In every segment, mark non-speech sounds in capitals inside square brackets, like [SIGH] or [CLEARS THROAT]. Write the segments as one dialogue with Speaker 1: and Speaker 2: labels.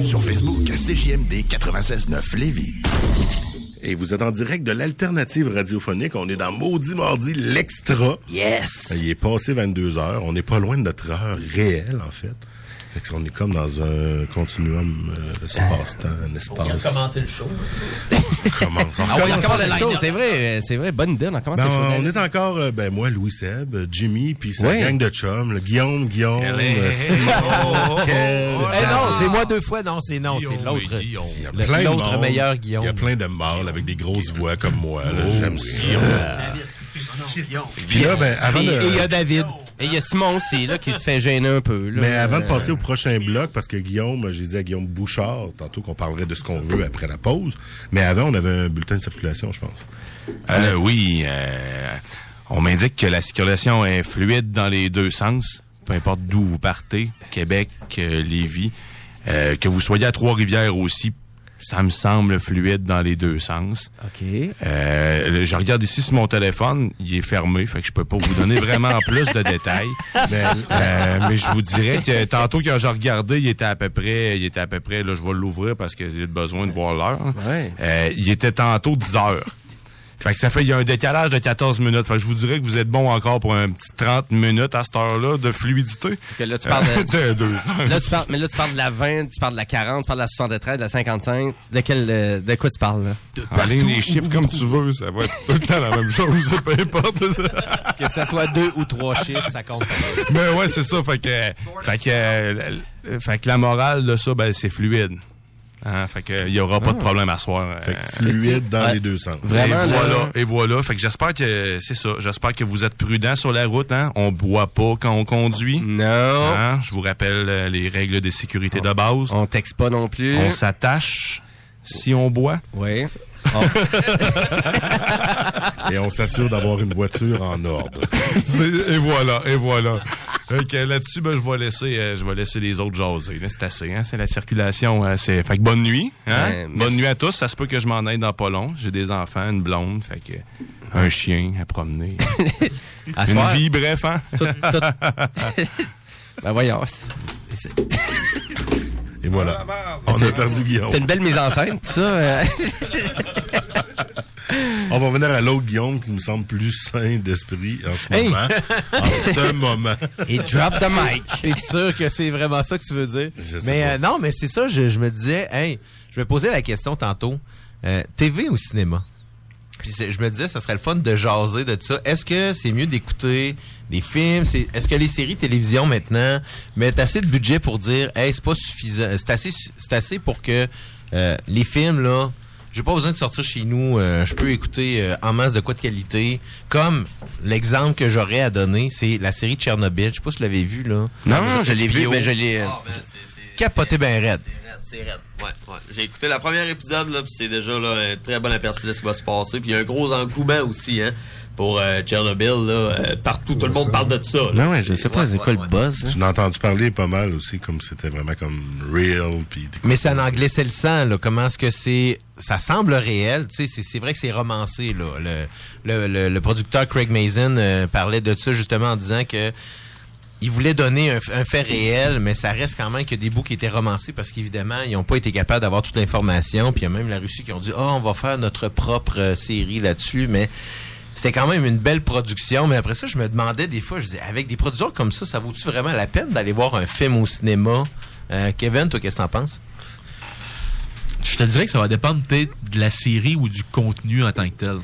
Speaker 1: Sur Facebook, CJMD 96.9 Lévis.
Speaker 2: Et vous êtes en direct de l'alternative radiophonique. On est dans Maudit Mardi, l'extra.
Speaker 3: Yes!
Speaker 2: Il est passé 22 heures. On n'est pas loin de notre heure réelle, en fait. Fait qu'on est comme dans un continuum
Speaker 4: Ah.
Speaker 2: euh, espace-temps, un
Speaker 5: On a
Speaker 2: espace.
Speaker 5: commencé le show.
Speaker 4: [LAUGHS]
Speaker 2: On commence. On
Speaker 3: Ah oui, on
Speaker 2: recommence.
Speaker 3: commence le show, c'est vrai, euh, c'est vrai, bonne idée, on commence
Speaker 2: Ben,
Speaker 3: le show.
Speaker 2: on est encore, euh, ben moi, Louis Seb, euh, Jimmy, puis sa
Speaker 3: Oui.
Speaker 2: gang de chums, là, Guillaume, Guillaume, euh,
Speaker 4: Oh,
Speaker 2: Simon, Kev,
Speaker 4: Eh non, c'est moi deux fois. Non, c'est non, c'est l'autre.
Speaker 2: il y a
Speaker 4: le-
Speaker 2: plein de
Speaker 4: l'autre
Speaker 2: monde.
Speaker 4: meilleur Guillaume. Oh,
Speaker 2: Il y a plein de mâles avec des grosses voix comme moi. là. J'aime ça. Puis là, ben,
Speaker 4: Et
Speaker 2: avant
Speaker 4: Ah. et il y
Speaker 2: de...
Speaker 4: a David.
Speaker 3: Et il y a Simon aussi, là, qui se fait gêner un peu. Là,
Speaker 2: Mais avant de
Speaker 3: Euh,
Speaker 2: passer au prochain bloc, parce que Guillaume, j'ai dit à Guillaume Bouchard, tantôt qu'on parlerait de ce qu'on veut après la pause, mais avant, on avait un bulletin de circulation, je pense.
Speaker 6: Euh, oui, euh, on m'indique que la circulation est fluide dans les deux sens, peu importe d'où vous partez, Québec, euh, Lévis, euh, que vous soyez à Trois-Rivières aussi, ça me semble fluide dans les deux sens.
Speaker 3: OK.
Speaker 6: Euh, le- je regarde ici sur mon téléphone, il est fermé, fait que je peux pas vous donner vraiment plus de détails.
Speaker 2: Mais
Speaker 6: Euh, mais je vous dirais que tantôt quand j'ai regardé, il était à peu près, il était à peu près, là je vais l'ouvrir parce que j'ai besoin de voir l'heure. hein.
Speaker 3: Ouais.
Speaker 6: Euh, il était tantôt 10 heures. Fait que ça fait, il y a un décalage de 14 minutes. Fait que je vous dirais que vous êtes bon encore pour un petit 30 minutes à cette heure-là de fluidité.
Speaker 3: Que là, tu parles de-
Speaker 6: [LAUGHS] Euh, deux heures.
Speaker 3: [LAUGHS] Là, tu parles, mais là, tu parles de la 20, tu parles de la 40, tu parles de la 73, de la 55. De, quel, euh, de quoi tu parles, là?
Speaker 6: En ligne, les chiffres comme tu veux, ça va être tout le temps
Speaker 3: [LAUGHS]
Speaker 6: la même chose, peu importe.
Speaker 4: Que ça soit deux ou trois chiffres, ça compte.
Speaker 6: Mais ouais, c'est ça. Fait que, fait que, euh, la- fait que la morale de ça, ben, c'est fluide. Hein, fait que, il y aura pas de problème à soir.
Speaker 2: fait que
Speaker 6: Euh,
Speaker 2: fluide dans
Speaker 3: Ah, Ouais.
Speaker 2: les deux sens.
Speaker 3: Ah. Vraiment, là-
Speaker 6: et voilà, et voilà. Fait que j'espère que c'est ça. J'espère que vous êtes prudents sur la route. Hein. On boit pas quand on conduit.
Speaker 3: Non. Ah.
Speaker 6: Hein, Je vous rappelle euh, les règles de sécurité de base.
Speaker 3: On texte pas non plus.
Speaker 6: On s'attache si on boit.
Speaker 3: [LAUGHS] Oui. Ah,
Speaker 2: Et on s'assure d'avoir une voiture en ordre.
Speaker 6: C'est- et voilà, et voilà. Ok, là-dessus, ben, je vais laisser, euh, je vais laisser les autres jaser. là. c'est assez, hein, c'est la circulation. hein, c'est, fait que bonne nuit, hein?
Speaker 3: Ben,
Speaker 6: bonne
Speaker 3: merci.
Speaker 6: nuit à tous. Ça se peut que je m'en aille dans pas long. J'ai des enfants, une blonde, fait que un chien
Speaker 4: [LAUGHS]
Speaker 6: à promener,
Speaker 3: À
Speaker 6: une
Speaker 3: soir.
Speaker 6: vie, bref, hein.
Speaker 3: Tout, tout... ben voyons. C'est
Speaker 2: Et voilà. On a perdu Guillaume.
Speaker 3: c'est une belle mise en scène, tout ça. [LAUGHS] euh.
Speaker 2: On va revenir à l'autre Guillaume qui me semble plus sain d'esprit en ce
Speaker 4: Hey!
Speaker 2: moment.
Speaker 3: [LAUGHS]
Speaker 2: en ce moment.
Speaker 3: Et drop the mic.
Speaker 4: [LAUGHS] T'es sûr que c'est vraiment ça que tu veux dire?
Speaker 2: Je sais
Speaker 4: mais
Speaker 2: pas.
Speaker 4: euh, non, mais c'est ça, je, je me disais, hey, je me posais la question tantôt, euh, TV ou cinéma? Puis c'est- je me disais, ça serait le fun de jaser de tout ça. Est-ce que c'est mieux d'écouter des films? C'est- Est-ce que les séries télévision maintenant mettent assez de budget pour dire, hey, c'est pas suffisant, c'est assez, su- c'est assez pour que euh, les films, là, j'ai pas besoin de sortir chez nous, euh, je peux écouter euh, en masse de quoi de qualité. Comme l'exemple que j'aurais à donner, c'est la série Tchernobyl. Je sais pas si vous l'avez vu, là.
Speaker 3: Non, je
Speaker 4: Sur
Speaker 3: l'ai vu,
Speaker 4: HBO.
Speaker 3: mais je l'ai. euh,
Speaker 4: Capoté ben raide.
Speaker 7: C'est raide. Ouais, ouais. J'ai écouté la première épisode, là, puis c'est déjà là, un très bon aperçu de ce qui va se passer. Puis il y a un gros engouement aussi, hein, pour euh, Tchernobyl, là. euh, partout, tout le monde parle de ça. là.
Speaker 3: Non, ouais, je sais pas,
Speaker 7: ouais,
Speaker 3: c'est quoi
Speaker 7: ouais,
Speaker 3: le
Speaker 7: ouais.
Speaker 3: buzz? hein? là?
Speaker 2: Je l'ai entendu parler pas mal aussi, comme c'était vraiment comme real. Puis des-
Speaker 4: Mais ça en glissait le sang, là. Comment est-ce que c'est. Ça semble réel, tu sais. c'est- C'est vrai que c'est romancé, là. Le, le, le- le producteur Craig Mason euh, parlait de ça justement en disant que. Il voulait donner un, f- un fait réel, mais ça reste quand même que des bouts qui étaient romancés parce qu'évidemment, ils n'ont pas été capables d'avoir toute l'information. Puis il y a même la Russie qui ont dit Ah, on va faire notre propre euh, série là-dessus, mais c'était quand même une belle production. Mais après ça, je me demandais des fois, je disais, avec des productions comme ça, ça vaut-tu vraiment la peine d'aller voir un film au cinéma? Euh, Kevin, toi, qu'est-ce que t'en penses?
Speaker 8: Je te dirais que ça va dépendre peut-être de la série ou du contenu en tant que tel.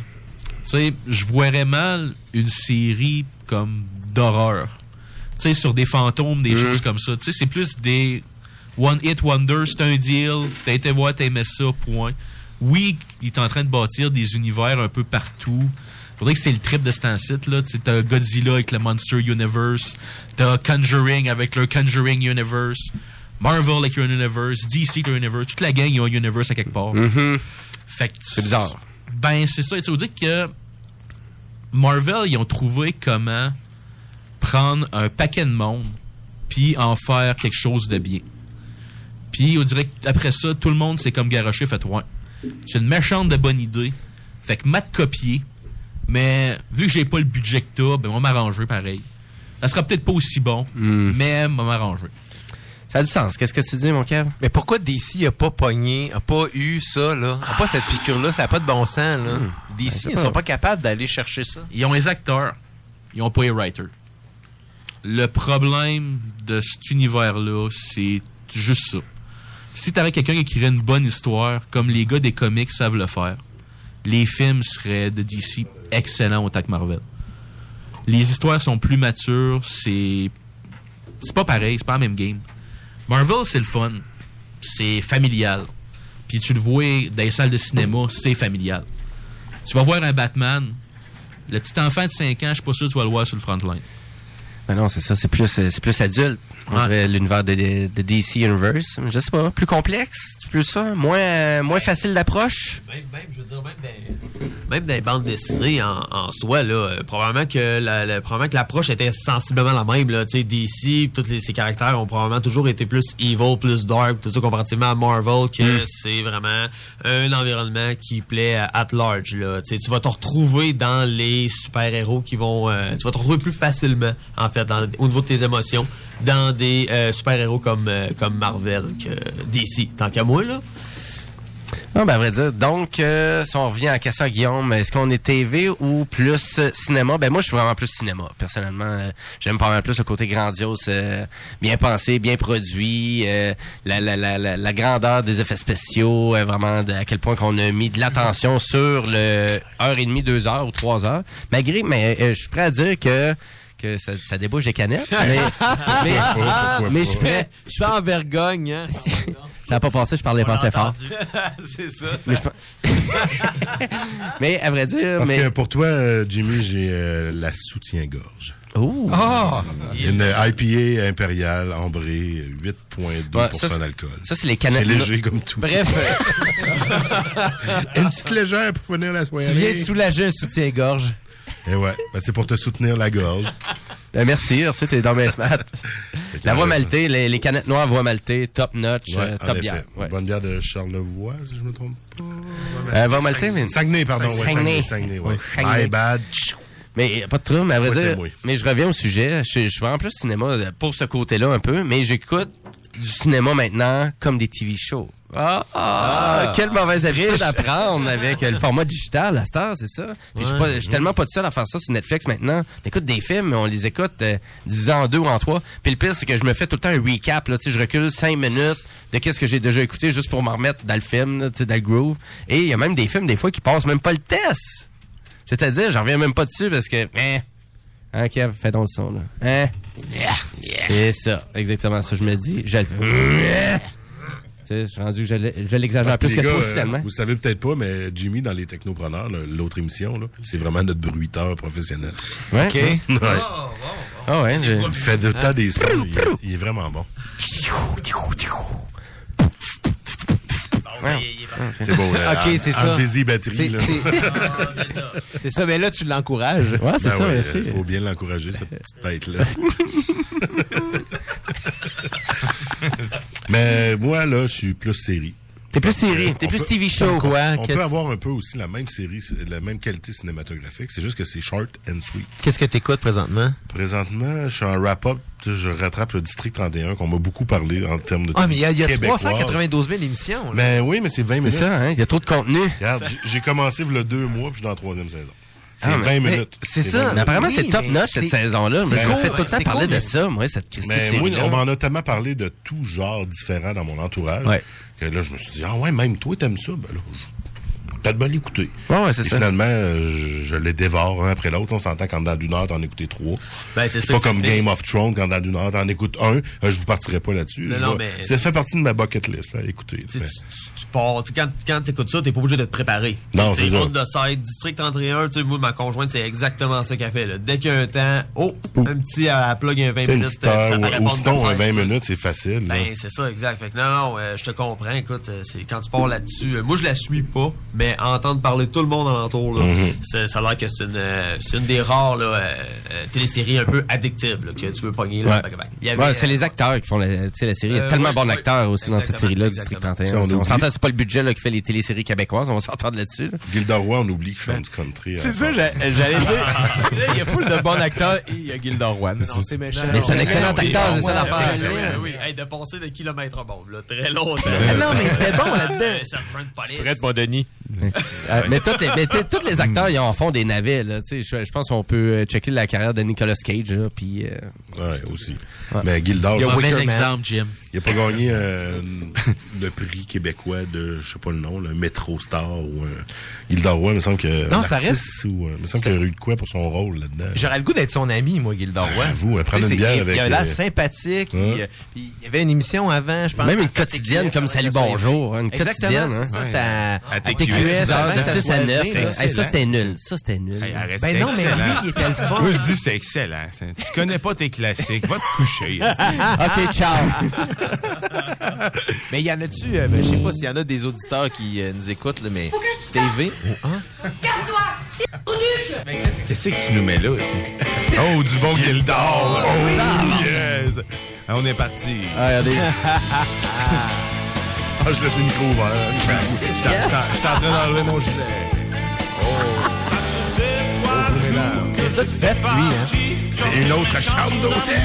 Speaker 8: Tu sais, je verrais mal une série comme d'horreur. Tu sais, sur des fantômes, des choses comme ça. Tu sais, c'est plus des one hit wonder, c'est un deal, t'as été voir, t'aimais ça, point. Oui, il est en train de bâtir des univers un peu partout. Faudrait que c'est le trip de ce temps-ci, là. Tu sais, t'as Godzilla avec le Monster Universe, t'as Conjuring avec le Conjuring Universe, Marvel avec leur Universe, DC avec leur Universe, toute la gang, ils ont un Universe à quelque part. Fait que c'est
Speaker 3: bizarre.
Speaker 8: Ben, c'est ça. Et Tu sais, vous dites que Marvel, ils ont trouvé comment prendre un paquet de monde puis en faire quelque chose de bien. Puis on dirait qu'après ça, tout le monde s'est comme garoché, fait ouais. C'est une méchante de bonne idée. Fait que mat copier, mais vu que j'ai pas le budget que t'as, ben on va m'arranger pareil. Ça sera peut-être pas aussi bon, mais on va m'arranger.
Speaker 3: Ça a du sens. Qu'est-ce que tu dis, mon Kev?
Speaker 4: Mais pourquoi DC a pas pogné, a pas eu ça, là? A pas cette piqûre-là, ça n'a pas de bon sens, là. DC, ils sont Hmm. Ben, pas capables d'aller chercher ça.
Speaker 9: Ils ont les acteurs, ils ont pas les writers. Le problème de cet univers-là, c'est juste ça. Si t'avais quelqu'un qui écrirait une bonne histoire, comme les gars des comics savent le faire, les films seraient de DC excellents au tac Marvel. Les histoires sont plus matures, c'est c'est pas pareil, c'est pas la même game. Marvel, c'est le fun. C'est familial. Puis tu le vois dans les salles de cinéma, c'est familial. Tu vas voir un Batman, le petit enfant de 5 ans, je suis pas sûr que tu vas le voir sur le front line.
Speaker 3: Ben non, c'est ça. C'est plus, euh, c'est plus adulte. On
Speaker 9: Ouais.
Speaker 3: dirait l'univers de, de- de DC Universe. Je sais pas. Plus complexe, c'est plus ça. Moins, euh, moins facile d'approche.
Speaker 7: Même, même, je veux dire, même dans, même dans les bandes dessinées en, en soi, là, euh, probablement que la- la- probablement que l'approche était sensiblement la même. Là, Tu sais, DC, tous les- ces caractères ont probablement toujours été plus evil, plus dark, tout ça comparativement à Marvel, que c'est vraiment un environnement qui plaît à at large. Là. Tu sais, tu vas te retrouver dans les super-héros qui vont... euh, tu vas te retrouver plus facilement, en fait, dans- au niveau de tes émotions, dans des euh, super-héros comme, euh, comme Marvel, que DC, tant qu'à moi, là.
Speaker 3: Non, ben à vrai dire. Donc, euh, si on revient à la question à Guillaume, est-ce qu'on est TV ou plus euh, cinéma? Ben moi, je suis vraiment plus cinéma. Personnellement, euh, j'aime pas mal plus le côté grandiose, euh, bien pensé, bien produit, euh, la, la, la, la, la grandeur des effets spéciaux, euh, vraiment de- à quel point qu'on a mis de l'attention sur le heure et demie, deux heures ou trois heures. Malgré, mais euh, je suis prêt à dire que que ça, ça débouche des canettes,
Speaker 2: [LAUGHS]
Speaker 3: mais, mais,
Speaker 2: pourquoi
Speaker 3: mais je suis
Speaker 2: pas?
Speaker 3: prêt.
Speaker 4: Sans vergogne, hein? Ah,
Speaker 3: Ça n'a pas passé, je parlais pas assez fort.
Speaker 4: [LAUGHS] c'est ça.
Speaker 3: Mais, je pe- [LAUGHS] Mais, à vrai dire,
Speaker 2: Parce
Speaker 3: mais.
Speaker 2: que pour toi, euh, Jimmy, j'ai euh, la soutien-gorge.
Speaker 3: Ouh.
Speaker 4: Ah,
Speaker 2: Une IPA impériale ambrée, 8,2%
Speaker 3: Ouais, ça, c'est-
Speaker 2: d'alcool.
Speaker 3: Ça, c'est les
Speaker 2: C'est
Speaker 3: canettes.
Speaker 2: léger comme tout.
Speaker 4: Bref, euh,
Speaker 2: [LAUGHS] Une petite légère pour finir la soirée.
Speaker 4: tu viens de soulager un soutien-gorge.
Speaker 2: Eh ouais, ben, c'est pour te soutenir la gorge.
Speaker 3: Euh, merci, merci, t'es dans mes
Speaker 2: [LAUGHS]
Speaker 3: smart.
Speaker 2: Fait que,
Speaker 3: La voix
Speaker 2: euh,
Speaker 3: maltée, les, les canettes noires voix maltée, top notch,
Speaker 2: ouais,
Speaker 3: euh,
Speaker 2: en
Speaker 3: top
Speaker 2: effet.
Speaker 3: bière. Ouais.
Speaker 2: Bonne bière de Charlevoix, si je me trompe pas.
Speaker 3: Euh, voix maltée, mais.
Speaker 2: Saguenay, pardon. ouais,
Speaker 3: Saguenay.
Speaker 2: Saguenay, Saguenay, ouais.
Speaker 3: Ouais, Saguenay.
Speaker 2: My bad.
Speaker 3: Mais euh, pas de trouble, mais à vrai dire.
Speaker 2: Souhaitez-moi.
Speaker 3: Mais je reviens au sujet. Je, je vais en plus cinéma euh, pour ce côté-là un peu, mais j'écoute du cinéma maintenant comme des TV shows. Ah, ah, quelle mauvaise habitude à prendre avec euh, le format digital à cette heure, c'est ça? Puis je suis pas- je suis tellement pas tout seul à faire ça sur Netflix maintenant. T'écoutes des films, mais on les écoute euh, divisés en deux ou en trois. Puis le pire, c'est que je me fais tout le temps un recap. Là, tu sais, je recule cinq minutes de qu'est-ce que j'ai déjà écouté juste pour me remettre dans le film, là, tu sais, dans le groove. Et il y a même des films, des fois, qui passent même pas le test. C'est-à-dire, j'en reviens même pas dessus parce que... Hein, hein Kev, fais donc le son, là. Hein? C'est ça, exactement ça. Je me dis, je le fais. Tu sais, je suis rendu que je l'ai- je l'exagère
Speaker 2: Parce les
Speaker 3: plus que
Speaker 2: gars,
Speaker 3: toi,
Speaker 2: euh,
Speaker 3: finalement.
Speaker 2: vous savez peut-être pas, mais Jimmy, dans les Technopreneurs, là, l'autre émission, là, c'est vraiment notre bruiteur professionnel.
Speaker 3: Ouais.
Speaker 4: OK?
Speaker 2: Ouais.
Speaker 3: Ah ouais, je-
Speaker 2: Il fait de
Speaker 4: Hein?
Speaker 2: tas des sons. Il, est- il est vraiment bon. C'est beau. là.
Speaker 4: Ok, c'est ça.
Speaker 2: Enlevez-y batterie.
Speaker 4: C'est
Speaker 2: là. Ah
Speaker 4: c'est- [LAUGHS] C'est ça, mais là, tu l'encourages.
Speaker 3: Ouais, c'est
Speaker 2: Ben
Speaker 3: ça,
Speaker 2: ouais,
Speaker 3: merci.
Speaker 2: euh, faut bien l'encourager, cette petite
Speaker 4: [LAUGHS]
Speaker 2: tête-là. Mais moi, là, je suis plus série.
Speaker 3: T'es plus série, t'es
Speaker 2: euh, On
Speaker 3: plus
Speaker 2: peut-
Speaker 3: TV show.
Speaker 4: Quoi?
Speaker 2: On peut
Speaker 4: Qu'est-ce
Speaker 2: avoir un peu aussi la même série, la même qualité cinématographique. C'est juste que c'est short and sweet.
Speaker 4: qu'est-ce que t'écoutes présentement?
Speaker 2: Présentement, je suis en wrap-up. Je rattrape le District 31 qu'on m'a beaucoup parlé en termes de.
Speaker 4: Ah, mais il y a, il y a
Speaker 2: québécois.
Speaker 4: 392 000 émissions. là.
Speaker 2: Ben oui, mais c'est 20
Speaker 3: C'est
Speaker 2: minutes.
Speaker 3: ça, hein? Il y a trop de contenu.
Speaker 2: Regarde, j'ai- j'ai commencé il y a deux mois, puis je suis dans la troisième saison. C'est
Speaker 3: Ah, mais-
Speaker 2: 20
Speaker 4: mais
Speaker 2: minutes.
Speaker 4: c'est ça.
Speaker 2: 20
Speaker 3: Mais apparemment,
Speaker 4: Oui,
Speaker 3: c'est top
Speaker 4: mais
Speaker 3: notch
Speaker 4: c'est-
Speaker 3: cette saison-là. Ben,
Speaker 4: c'est
Speaker 3: Mais je me
Speaker 4: cool,
Speaker 3: fais tout le
Speaker 4: mais
Speaker 3: temps
Speaker 4: c'est
Speaker 3: parler
Speaker 4: cool,
Speaker 3: de
Speaker 4: mais-
Speaker 3: ça, moi, cette Christie
Speaker 2: Mais
Speaker 3: de
Speaker 2: moi,
Speaker 3: série-là.
Speaker 2: on m'en a tellement parlé de tout genre différent dans mon entourage
Speaker 3: Ouais.
Speaker 2: que là, je me suis dit, ah ouais, même toi, t'aimes ça. Ben là, je- peut-être bien l'écouter.
Speaker 3: Ouais, ouais, c'est
Speaker 2: Et
Speaker 3: ça.
Speaker 2: finalement, euh, je, je les dévore un après l'autre. On s'entend quand dans d'une heure, t'en écoutes trois.
Speaker 7: Ben, c'est
Speaker 2: C'est
Speaker 7: ça
Speaker 2: pas
Speaker 7: que ça
Speaker 2: comme
Speaker 7: fait.
Speaker 2: Game of Thrones, quand dans d'une heure, t'en écoutes un. Euh, je vous partirai pas là-dessus.
Speaker 7: Non,
Speaker 2: Je
Speaker 7: non,
Speaker 2: vais-
Speaker 7: mais-
Speaker 2: Ça fait partie de ma bucket list, là, écoutez.
Speaker 7: tu,
Speaker 2: Mais-
Speaker 7: tu- tu pars, tu- quand, quand t'écoutes ça, t'es pas obligé de te préparer.
Speaker 2: Non, c'est ça.
Speaker 7: autre de side, District 31, tu sais, moi, ma conjointe, c'est exactement ça qu'elle fait, là. Dès qu'il y a un temps, oh, un petit, à plug un 20
Speaker 2: T'as une
Speaker 7: minutes,
Speaker 2: petite
Speaker 7: euh, puis
Speaker 2: heure,
Speaker 7: ça paraît
Speaker 2: ou, ou
Speaker 7: pas de
Speaker 2: sinon,
Speaker 7: bon
Speaker 2: un
Speaker 7: sens,
Speaker 2: 20
Speaker 7: ça.
Speaker 2: minutes, c'est facile. là.
Speaker 7: Ben, c'est ça, exact. Fait que non, non, euh, je te comprends. Écoute, euh, c'est quand tu pars là-dessus, euh, moi, je la suis pas, mais mais entendre parler tout le monde alentour, là,
Speaker 2: Mm-hmm.
Speaker 7: ça- ça a l'air que c'est une, euh, c'est une des rares là, euh, euh, téléséries un peu addictives là, que tu veux pogner. Là,
Speaker 3: Ouais.
Speaker 7: back à back. Il y avait,
Speaker 3: Ouais, c'est
Speaker 7: euh,
Speaker 3: les acteurs qui font la, tu sais, la série. Il y a
Speaker 7: euh,
Speaker 3: tellement
Speaker 7: ouais,
Speaker 3: bon
Speaker 7: ouais.
Speaker 3: d'acteurs aussi dans cette
Speaker 7: Exactement,
Speaker 3: série-là, District
Speaker 7: exactement.
Speaker 3: 31.
Speaker 2: Ça, on
Speaker 3: on
Speaker 2: oublie.
Speaker 3: s'entend, c'est pas le budget là, qui fait les téléséries québécoises. On va s'entendre là-dessus. là.
Speaker 2: Gilderoy, on oublie qu'il chante du country.
Speaker 4: C'est
Speaker 2: hein.
Speaker 4: ça, j'a- j'allais dire. Là, il y a full de bons acteurs et il y a Gildan Rouen. Non, c'est méchant.
Speaker 3: Mais c'est un
Speaker 4: Non,
Speaker 3: excellent
Speaker 4: non,
Speaker 3: acteur, c'est ça
Speaker 4: Gildan Rouen,
Speaker 3: l'affaire.
Speaker 7: Ben oui,
Speaker 4: excellent.
Speaker 7: ben oui. Hey, de passer de kilomètre bombe, là, très longtemps.
Speaker 4: Ah non, mais il était bon là-dedans.
Speaker 7: [LAUGHS] Ça prend une police.
Speaker 4: Tu traites pas Denis.
Speaker 3: Euh, mais tous les, mais tu sais, tous les acteurs, ils en font des navets. Là, Tu sais, je, je pense qu'on peut euh, checker la carrière de Nicolas Cage. Là, puis, euh,
Speaker 2: Ouais, aussi. Ben, Mais Gildor, il
Speaker 9: Mauvais
Speaker 4: Wicker Man.
Speaker 9: exemple, Jim.
Speaker 2: n'a pas gagné euh, le prix québécois de, je sais pas le nom, le Metro Star ou un. Gildor, ouais, il me semble que.
Speaker 4: Non, ça
Speaker 2: l'artiste Ou, euh, il me semble qu'il y a eu de quoi pour son rôle là-dedans.
Speaker 4: J'aurais le goût d'être son ami, moi, Gildan Rouen.
Speaker 2: Ben, avoue, elle prend
Speaker 4: Tu sais,
Speaker 2: une bière
Speaker 4: c'est-
Speaker 2: avec,
Speaker 4: Il a
Speaker 2: euh,
Speaker 4: l'air sympathique. il- euh,
Speaker 2: hein.
Speaker 4: Il il y avait une émission avant, je pense.
Speaker 3: Même une
Speaker 4: à
Speaker 3: quotidienne
Speaker 4: TQS,
Speaker 3: comme Salut,
Speaker 4: avant que ça soit
Speaker 3: bonjour,
Speaker 4: aimé.
Speaker 3: hein, une
Speaker 4: Exactement,
Speaker 3: quotidienne,
Speaker 4: c'est
Speaker 3: hein.
Speaker 4: ça, c'était à, à
Speaker 6: TQS,
Speaker 4: TQS.
Speaker 3: bizarre,
Speaker 4: avant
Speaker 3: de
Speaker 4: que ça
Speaker 3: 6
Speaker 4: soit
Speaker 3: à 9.
Speaker 4: aimé,
Speaker 3: hein.
Speaker 4: là.
Speaker 3: Hey, ça, c'était nul. Ça, c'était nul.
Speaker 6: Hey, arrête,
Speaker 4: Ben
Speaker 6: c'est
Speaker 4: non, mais lui,
Speaker 6: excellent.
Speaker 4: il était le fun.
Speaker 6: Moi, je dis c'est excellent. C'est- Tu connais pas tes classiques. Va te coucher.
Speaker 3: OK, ciao.
Speaker 4: Mais il y en a-tu, euh, ben, je sais pas s'il y en a des auditeurs qui euh, nous écoutent, là, mais
Speaker 5: Faut que je
Speaker 4: TV.
Speaker 5: Casse-toi, c'est au nuque!
Speaker 6: Qu'est-ce que tu nous mets là? c'est- Oh, du bon Gildor! Oh, yes! Ah, On est parti.
Speaker 3: Ah, regardez.
Speaker 2: Ah, je laisse le micro ouvert.
Speaker 6: Je t'en- je t'en- je suis en train d'enlever mon gilet.
Speaker 4: C'est ça que fait, lui, hein?
Speaker 2: C'est une autre chambre
Speaker 4: [LAUGHS]
Speaker 2: d'hôtel.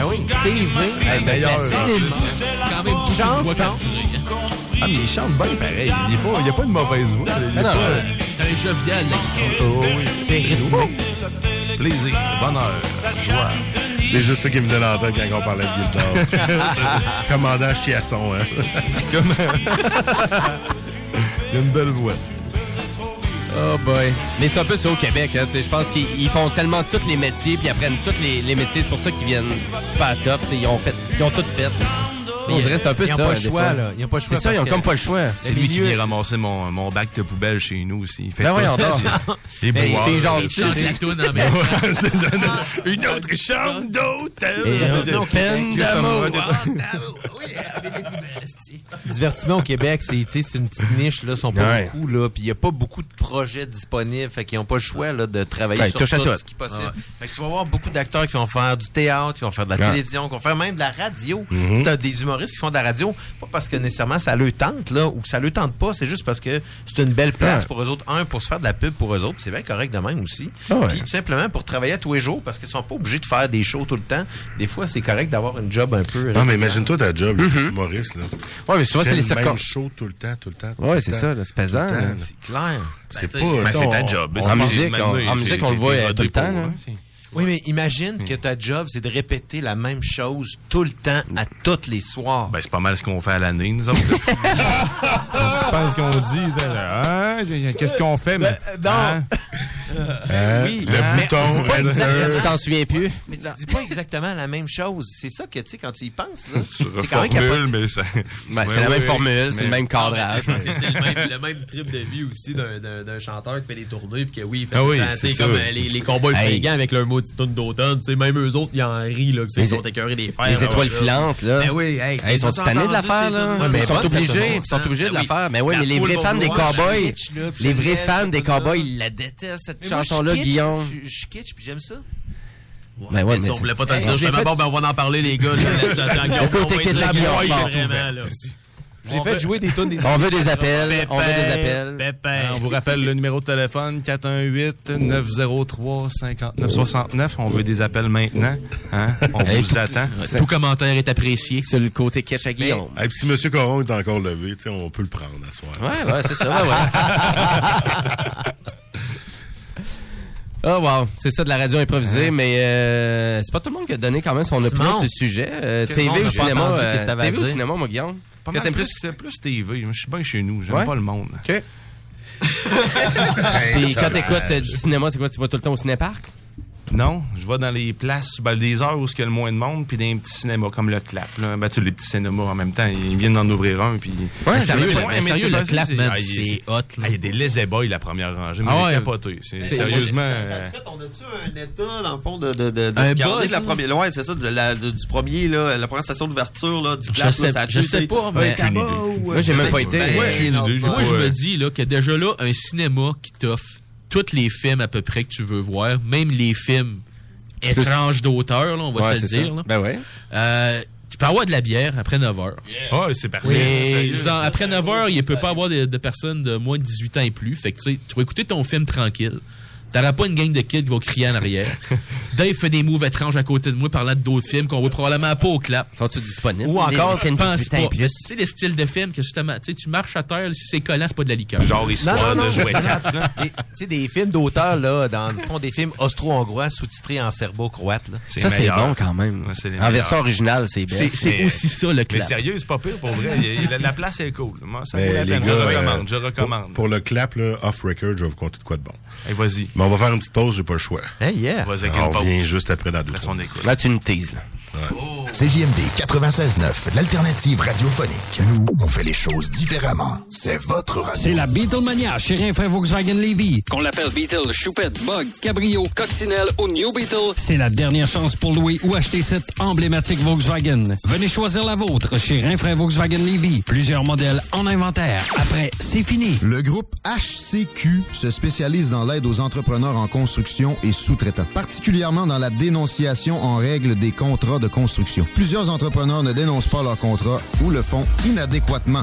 Speaker 4: Ah oui, TV.
Speaker 6: Hey, d'ailleurs,
Speaker 9: Quand même, beaucoup de voix
Speaker 4: Chanson.
Speaker 9: capturées, hein.
Speaker 6: ah, mais il chante bien pareil. Il n'y a, pas- il y a pas une mauvaise voix. là. Il y a
Speaker 3: Non,
Speaker 6: pas-
Speaker 3: euh,
Speaker 9: C'est un jovial, là.
Speaker 2: Oh,
Speaker 4: C'est rythmé.
Speaker 6: plaisir, bonheur, joie.
Speaker 2: C'est juste ça qui me donne en tête quand on parlait de Gildor. Commandant Chiasson, hein.
Speaker 6: Il y a une belle voix.
Speaker 3: Oh boy. Mais c'est un peu ça au Québec. Hein, tu sais, je pense qu'ils ils font tellement tous les métiers puis ils apprennent tous les, les métiers. C'est pour ça qu'ils viennent super top. tu sais, Ils ont, fait, ils ont tout fait. On dirait que c'est un peu
Speaker 4: Ils
Speaker 3: ça.
Speaker 4: n'ont pas le
Speaker 3: hein, des
Speaker 4: choix,
Speaker 3: fois.
Speaker 4: là. Ils n'ont pas le choix.
Speaker 3: C'est ça, ils ont
Speaker 4: parce
Speaker 3: comme
Speaker 4: que-
Speaker 3: pas le choix.
Speaker 6: C'est lui qui
Speaker 4: milieu-
Speaker 6: vient ramasser mon, mon bac de poubelle chez nous aussi. Il fait
Speaker 3: Ben
Speaker 6: tout.
Speaker 3: voyons
Speaker 6: [LAUGHS]
Speaker 3: donc.
Speaker 6: Les
Speaker 4: Mais
Speaker 6: boueurs.
Speaker 3: c'est genre-
Speaker 9: Il chante la toune en
Speaker 4: Ben,
Speaker 9: même temps.
Speaker 6: [LAUGHS] C'est ça, une- une autre chambre d'hôtel.
Speaker 3: Et
Speaker 4: euh,
Speaker 6: C'est-
Speaker 4: non,
Speaker 3: peine d'amour.
Speaker 4: divertissement au Québec, c'est tu sais, c'est une petite niche là, sont pas
Speaker 3: Ouais.
Speaker 4: beaucoup là, puis il y a pas beaucoup de projets disponibles, fait qu'ils ont pas le choix là de travailler
Speaker 3: Ouais,
Speaker 4: sur
Speaker 3: touche à
Speaker 4: tout
Speaker 3: tout.
Speaker 4: ce qui est possible. Fait que tu vas voir beaucoup d'acteurs qui vont faire du théâtre, qui vont faire de la
Speaker 3: Ouais. Mm-hmm.
Speaker 4: télévision, qui vont faire même de la radio. C'est un des humoristes qui font de la radio, pas parce que nécessairement ça le tente là ou que ça le tente pas, c'est juste parce que c'est une belle place
Speaker 3: Ouais.
Speaker 4: pour eux autres, un pour se faire de la pub pour eux autres, c'est bien correct de même aussi.
Speaker 3: Ah ouais.
Speaker 4: Puis tout simplement pour travailler à tous les jours parce qu'ils sont pas obligés de faire des shows tout le temps. Des fois, c'est correct d'avoir une job un peu
Speaker 2: Non,
Speaker 4: régulière.
Speaker 2: mais imagine-toi ta job, là, Maurice, là.
Speaker 3: [LAUGHS] Ouais, mais souvent,
Speaker 2: Fais
Speaker 3: c'est les
Speaker 2: le même
Speaker 3: circonstances.
Speaker 2: show tout le temps, tout le temps. tout
Speaker 3: Ouais,
Speaker 2: le
Speaker 3: c'est
Speaker 2: temps.
Speaker 3: ça, là, c'est pesant.
Speaker 2: Tout le
Speaker 3: là.
Speaker 2: temps, là.
Speaker 4: c'est clair.
Speaker 2: C'est
Speaker 7: t'sais,
Speaker 2: pas.
Speaker 6: Ben,
Speaker 2: on-
Speaker 6: c'est ta job.
Speaker 2: on-
Speaker 6: C'est-
Speaker 3: en musique,
Speaker 6: c'est-
Speaker 3: on- en
Speaker 6: c'est-
Speaker 3: musique,
Speaker 6: c'est-
Speaker 3: on le voit,
Speaker 6: c'est
Speaker 3: euh, tout le
Speaker 6: rodé pour,
Speaker 3: temps, là.
Speaker 6: hein, c'est-
Speaker 4: Oui, mais imagine
Speaker 7: Hmm.
Speaker 4: que ta job, c'est de répéter la même chose tout le temps, à tous les soirs.
Speaker 6: Ben, c'est pas mal ce qu'on fait à l'année, nous autres. Je pense qu'on dit, là, hein, qu'est-ce qu'on fait, mais.
Speaker 4: Euh, non. Euh,
Speaker 6: Hein?
Speaker 7: Euh,
Speaker 4: oui, hein?
Speaker 2: Le
Speaker 4: mais-
Speaker 2: bouton,
Speaker 7: E
Speaker 4: mais, c'est pas exact-
Speaker 2: enter.
Speaker 3: Euh, Tu t'en souviens plus?
Speaker 4: mais tu dis pas exactement la même chose. C'est ça que, tu sais, quand tu y penses, là,
Speaker 6: Tu
Speaker 4: c'est quand même capable.
Speaker 6: reformules, mais ça.
Speaker 3: Ben, c'est
Speaker 6: Ouais,
Speaker 3: la
Speaker 6: ouais,
Speaker 3: même
Speaker 6: ouais.
Speaker 3: formule, c'est le
Speaker 6: Mais-
Speaker 3: même cadrage.
Speaker 7: Je pense que [LAUGHS] c'est le même, le même trip de vie aussi d'un- d'un d'un chanteur qui fait des tournées puis que oui, il fait
Speaker 6: Ah
Speaker 7: tout le
Speaker 6: oui,
Speaker 7: temps,
Speaker 6: c'est
Speaker 7: tu sais,
Speaker 6: sûr.
Speaker 7: comme euh, les, les combats
Speaker 3: Hey.
Speaker 7: fringants avec leur mot de tourne d'automne, tu sais, même eux autres, ils en rient là, que c'est-
Speaker 3: Les
Speaker 7: ils sont
Speaker 3: é-
Speaker 7: écœurés des fers.
Speaker 3: Les
Speaker 7: là,
Speaker 3: étoiles
Speaker 7: là.
Speaker 3: filantes, là.
Speaker 7: Ben oui, hey,
Speaker 3: Hey, ils sont
Speaker 7: t'as
Speaker 3: tannés de
Speaker 7: entendu
Speaker 3: l'affaire,
Speaker 7: ces
Speaker 3: là.
Speaker 7: tunes-là?
Speaker 4: mais
Speaker 3: ils sont
Speaker 4: bonne,
Speaker 3: obligés,
Speaker 4: certainement.
Speaker 3: ils sont obligés de
Speaker 7: Ben
Speaker 3: la
Speaker 7: oui.
Speaker 3: faire. Mais oui,
Speaker 7: La
Speaker 3: mais les
Speaker 7: foule
Speaker 3: vrais
Speaker 7: va
Speaker 3: fans des
Speaker 7: voir,
Speaker 3: cowboys,
Speaker 4: Kitsch, là, puis
Speaker 3: les
Speaker 4: Chanel,
Speaker 3: vrais fans
Speaker 4: tout
Speaker 3: des
Speaker 4: le monde.
Speaker 3: cowboys, ils la détestent, cette
Speaker 4: Mais moi, je suis
Speaker 3: chanson-là,
Speaker 4: kitsch,
Speaker 3: Guillaume.
Speaker 4: Je je suis kitsch, puis j'aime ça.
Speaker 7: Ouais,
Speaker 3: Ben
Speaker 7: mais
Speaker 3: ouais, mais
Speaker 7: ça, on
Speaker 3: c'est-
Speaker 7: voulait pas te le
Speaker 4: Hey,
Speaker 7: dire.
Speaker 4: j'ai
Speaker 7: Justement,
Speaker 4: fait-
Speaker 7: bon, ben, on va en parler, les gars. là, la situation qu'on
Speaker 3: Écoute,
Speaker 7: va
Speaker 3: écoute,
Speaker 7: essayer de
Speaker 3: la
Speaker 7: gérer,
Speaker 3: porte
Speaker 7: vraiment,
Speaker 3: ouverte.
Speaker 7: là.
Speaker 4: J'ai fait jouer des tunes des
Speaker 3: On veut des
Speaker 7: ben
Speaker 3: appels, on veut des
Speaker 7: Pépin,
Speaker 3: appels.
Speaker 7: Pépin.
Speaker 6: On vous rappelle le numéro de téléphone 418-903-5969. On veut des appels maintenant. Hein? On
Speaker 3: Hey,
Speaker 6: vous attend.
Speaker 9: Tout commentaire est apprécié.
Speaker 3: Sur le côté catch à Guillaume.
Speaker 2: Hey, puis si M. Coron est encore levé, tu sais, on peut le prendre à soir.
Speaker 3: Ouais, ouais, c'est ça, ouais, ouais. Oh wow, c'est ça de la radio improvisée, mais euh, c'est pas tout le monde qui a donné quand même son
Speaker 4: Simon.
Speaker 3: opinion sur le sujet. Euh,
Speaker 4: Tout le monde a
Speaker 3: TV ou
Speaker 4: pas
Speaker 3: cinéma,
Speaker 4: entendu
Speaker 3: euh,
Speaker 4: qu'est-ce que t'avais à
Speaker 3: TV ou
Speaker 4: dire.
Speaker 3: cinéma, moi Guillaume.
Speaker 6: Pas
Speaker 3: Que
Speaker 6: mal
Speaker 3: t'aimes
Speaker 6: plus,
Speaker 3: plus
Speaker 6: c'est plus TV. Je suis bien chez nous. J'aime
Speaker 3: Ouais?
Speaker 6: pas le monde.
Speaker 3: Ok.
Speaker 7: ben
Speaker 3: Puis quand t'écoutes euh, du cinéma, c'est quoi Tu vas tout le temps au cinéparc
Speaker 6: Non, je vais dans les places, ben, les heures où il y a le moins de monde, puis dans les petits cinémas comme le Clap. Là. Ben, tu sais, les petits cinémas en même temps, ils viennent d'en ouvrir un. Puis...
Speaker 3: Ouais,
Speaker 6: Mais
Speaker 3: sérieux,
Speaker 6: c'est
Speaker 3: le-
Speaker 6: pas-
Speaker 3: mais
Speaker 6: mais
Speaker 3: ben, sérieux,
Speaker 6: c'est
Speaker 3: le
Speaker 6: pas-
Speaker 3: Clap,
Speaker 6: c'est-
Speaker 3: man,
Speaker 6: ah, il-
Speaker 3: c'est hot, là.
Speaker 6: Ah, Il y a des lazy boys la première rangée. Moi,
Speaker 3: Ah ouais.
Speaker 6: j'ai capoté. C'est-
Speaker 3: C'est-
Speaker 6: Sérieusement. euh,
Speaker 7: Ça fait, on a-tu un état, dans le fond, de, de, euh, de, de
Speaker 3: Un
Speaker 7: regarder
Speaker 3: boss,
Speaker 7: de la
Speaker 3: là?
Speaker 7: première. Ouais, c'est ça, de la, de- du premier, là, la première station d'ouverture, là, du plat,
Speaker 3: Je sais, je sais pas, mais.
Speaker 6: Aucune idée.
Speaker 3: Moi, j'ai même pas été.
Speaker 7: Ben
Speaker 8: Ouais.
Speaker 6: Aucune idée,
Speaker 3: Ah
Speaker 6: j'ai
Speaker 8: Moi,
Speaker 6: pas,
Speaker 8: je
Speaker 6: euh,
Speaker 8: me dis là, que déjà là, un cinéma qui t'offre tous les films à peu près que tu veux voir, même les films étranges d'auteur, là, on va
Speaker 3: Ouais,
Speaker 8: se le
Speaker 3: c'est ça.
Speaker 8: dire. là.
Speaker 3: Ben ouais.
Speaker 8: Euh, tu peux avoir de la bière après 9 h.
Speaker 6: Ah, c'est parfait.
Speaker 8: Mais
Speaker 6: Sérieux.
Speaker 8: ils en- après 9 h, il ne peut pas avoir de, de personnes de moins de 18 ans et plus. Fait que tu sais, tu vas écouter ton film tranquille. T'auras pas une gang de kids qui vont crier en
Speaker 6: [LAUGHS]
Speaker 8: arrière. Dave fait des moves étranges à côté de moi parlant de d'autres films qu'on voit probablement pas au clap.
Speaker 3: Sont-tu disponibles?
Speaker 4: Ou encore,
Speaker 3: Des- des-
Speaker 8: Pense
Speaker 3: putain,
Speaker 8: pas. Tu
Speaker 3: plus.
Speaker 8: sais, les styles de films que justement, tu sais, tu marches à terre, si c'est collant, c'est pas de la liqueur.
Speaker 6: Genre histoire
Speaker 4: Non, non, non.
Speaker 6: de jouer
Speaker 4: Des- Tu sais, des films d'auteurs, là, dans le fond, des films austro-hongrois sous-titrés en serbo-croate, là.
Speaker 3: Ça, c'est bon quand même.
Speaker 6: Ouais, c'est les
Speaker 3: En
Speaker 6: meilleurs.
Speaker 3: version originale, c'est bien.
Speaker 8: C'est c'est
Speaker 6: Mais-
Speaker 8: aussi ça le
Speaker 6: Mais
Speaker 8: clap.
Speaker 6: sérieux, c'est pas pire pour vrai. Il- il- la, la place est cool. Moi, ça
Speaker 2: Mais
Speaker 6: vaut la
Speaker 2: les
Speaker 6: peine.
Speaker 2: gars,
Speaker 6: je
Speaker 2: euh,
Speaker 6: recommande. Je
Speaker 2: Pour,
Speaker 6: recommande.
Speaker 2: pour le clap, là, off-record, je vais vous compter de quoi de bon.
Speaker 6: Hey, vas-y.
Speaker 2: Mais on va faire une petite pause, j'ai pas le choix.
Speaker 4: Hey, yeah!
Speaker 6: Vas-y avec
Speaker 2: Ah, On
Speaker 6: une
Speaker 2: revient
Speaker 6: pause.
Speaker 2: juste après la
Speaker 6: Après
Speaker 2: douche.
Speaker 6: son écoute.
Speaker 3: Là, tu nous teases, là.
Speaker 1: CJMD 96.9, l'alternative radiophonique. Nous, on fait les choses différemment. C'est votre radio.
Speaker 10: C'est la Beatlemania chez Rinfrae Volkswagen Levy. Qu'on l'appelle Beetle, Choupette, Bug, Cabrio, Coccinelle ou New Beetle, c'est la dernière chance pour louer ou acheter cette emblématique Volkswagen. Venez choisir la vôtre chez Rinfrae Volkswagen Levy. Plusieurs modèles en inventaire. Après, c'est fini.
Speaker 11: Le groupe HCQ se spécialise dans l'aide aux entrepreneurs en construction et sous-traitants, particulièrement dans la dénonciation en règle des contrats de construction. Plusieurs entrepreneurs ne dénoncent pas leurs contrats ou le font inadéquatement.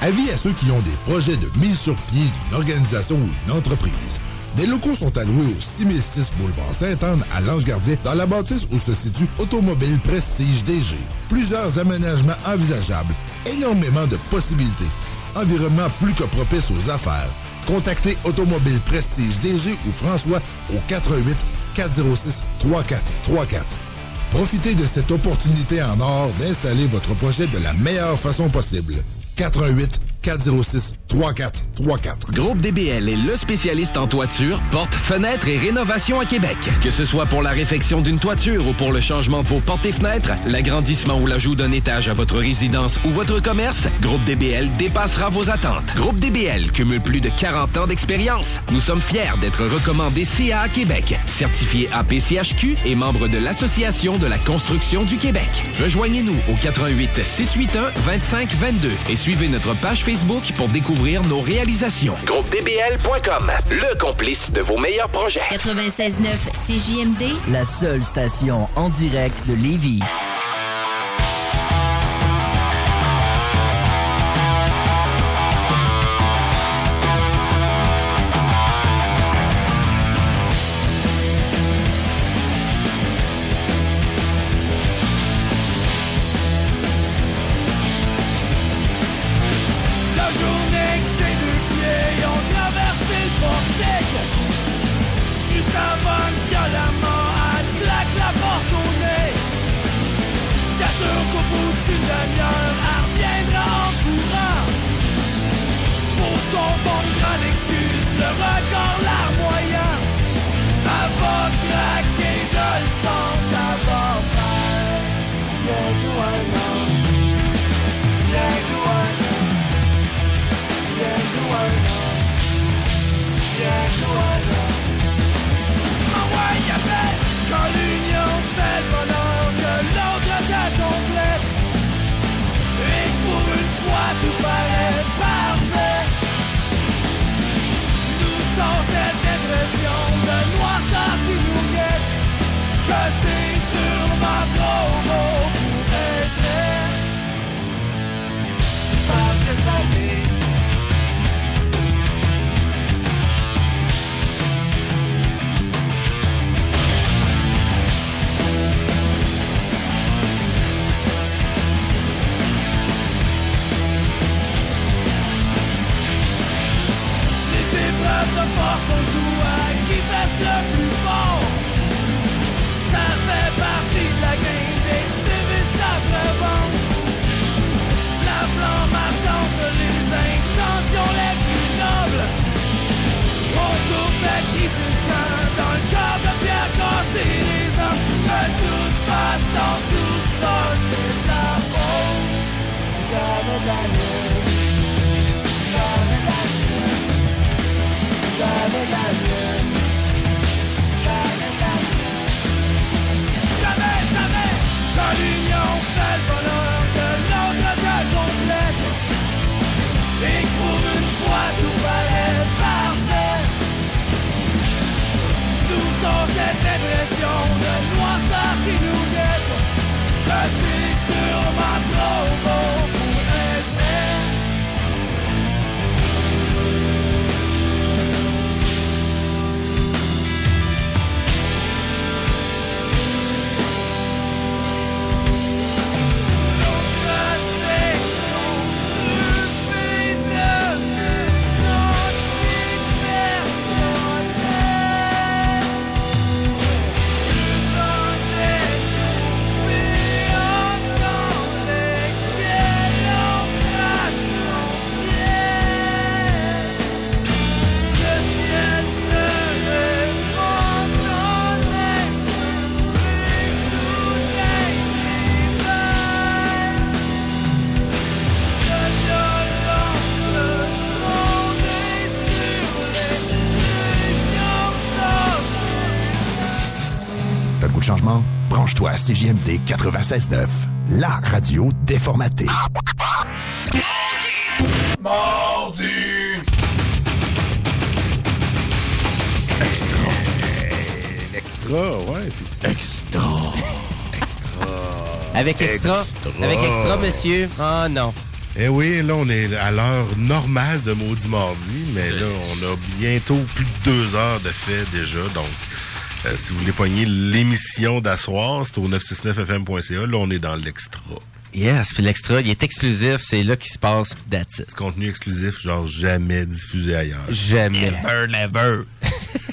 Speaker 12: Avis à ceux qui ont des projets de mise sur pied d'une organisation ou une entreprise. Des locaux sont alloués au 6006 boulevard Sainte-Anne à Lange-Gardien dans la bâtisse où se situe Automobile Prestige DG. Plusieurs aménagements envisageables, énormément de possibilités. Environnement plus que propice aux affaires. Contactez Automobile Prestige DG ou François au 88 406 3434. Profitez de cette opportunité en or d'installer votre projet de la meilleure façon possible. 88 406 3434.
Speaker 10: Groupe DBL est le spécialiste en toiture, portes, fenêtres et rénovation à Québec. Que ce soit pour la réfection d'une toiture ou pour le changement de vos portes et fenêtres, l'agrandissement ou l'ajout d'un étage à votre résidence ou votre commerce, Groupe DBL dépassera vos attentes. Groupe DBL cumule plus de 40 ans d'expérience. Nous sommes fiers d'être recommandés CA à Québec, certifié APCHQ et membre de l'Association de la construction du Québec. Rejoignez-nous au 88 681 25 22 et suivez notre page Facebook pour découvrir nos réalisations. Groupe DBL.com, le complice de vos meilleurs projets.
Speaker 13: 96.9 CJMD.
Speaker 10: La seule station en direct de Lévis.
Speaker 12: La journée que ses deux pieds ont traversé le portique Juste avant violemment elle claque la porte au nez Je t'assure qu'au bout d'une demi-heure elle reviendra en courant Pour confondre en excuse le record larmoyant Elle va craquer, je le sens, ça va faire Bien douanant, bien douanant Quand l'union fait le bonheur de l'autre complète
Speaker 1: Branche-toi à CJMD 96.9, la radio déformatée.
Speaker 2: Extra, ouais. c'est- Extra.
Speaker 3: Avec extra, Avec extra, monsieur. Ah non.
Speaker 2: Eh oui, là, on est à l'heure normale de Maudit Mardi, mais là, on a bientôt plus de deux heures de fait déjà. Donc, euh, si vous voulez pogner l'émission d'asseoir, c'est au 969fm.ca. Là, on est dans l'extra.
Speaker 3: Yes, puis l'extra, il est exclusif. C'est là qu'il se passe, puis that's it.
Speaker 2: Contenu exclusif, genre jamais diffusé ailleurs.
Speaker 3: Jamais.
Speaker 2: Never, never.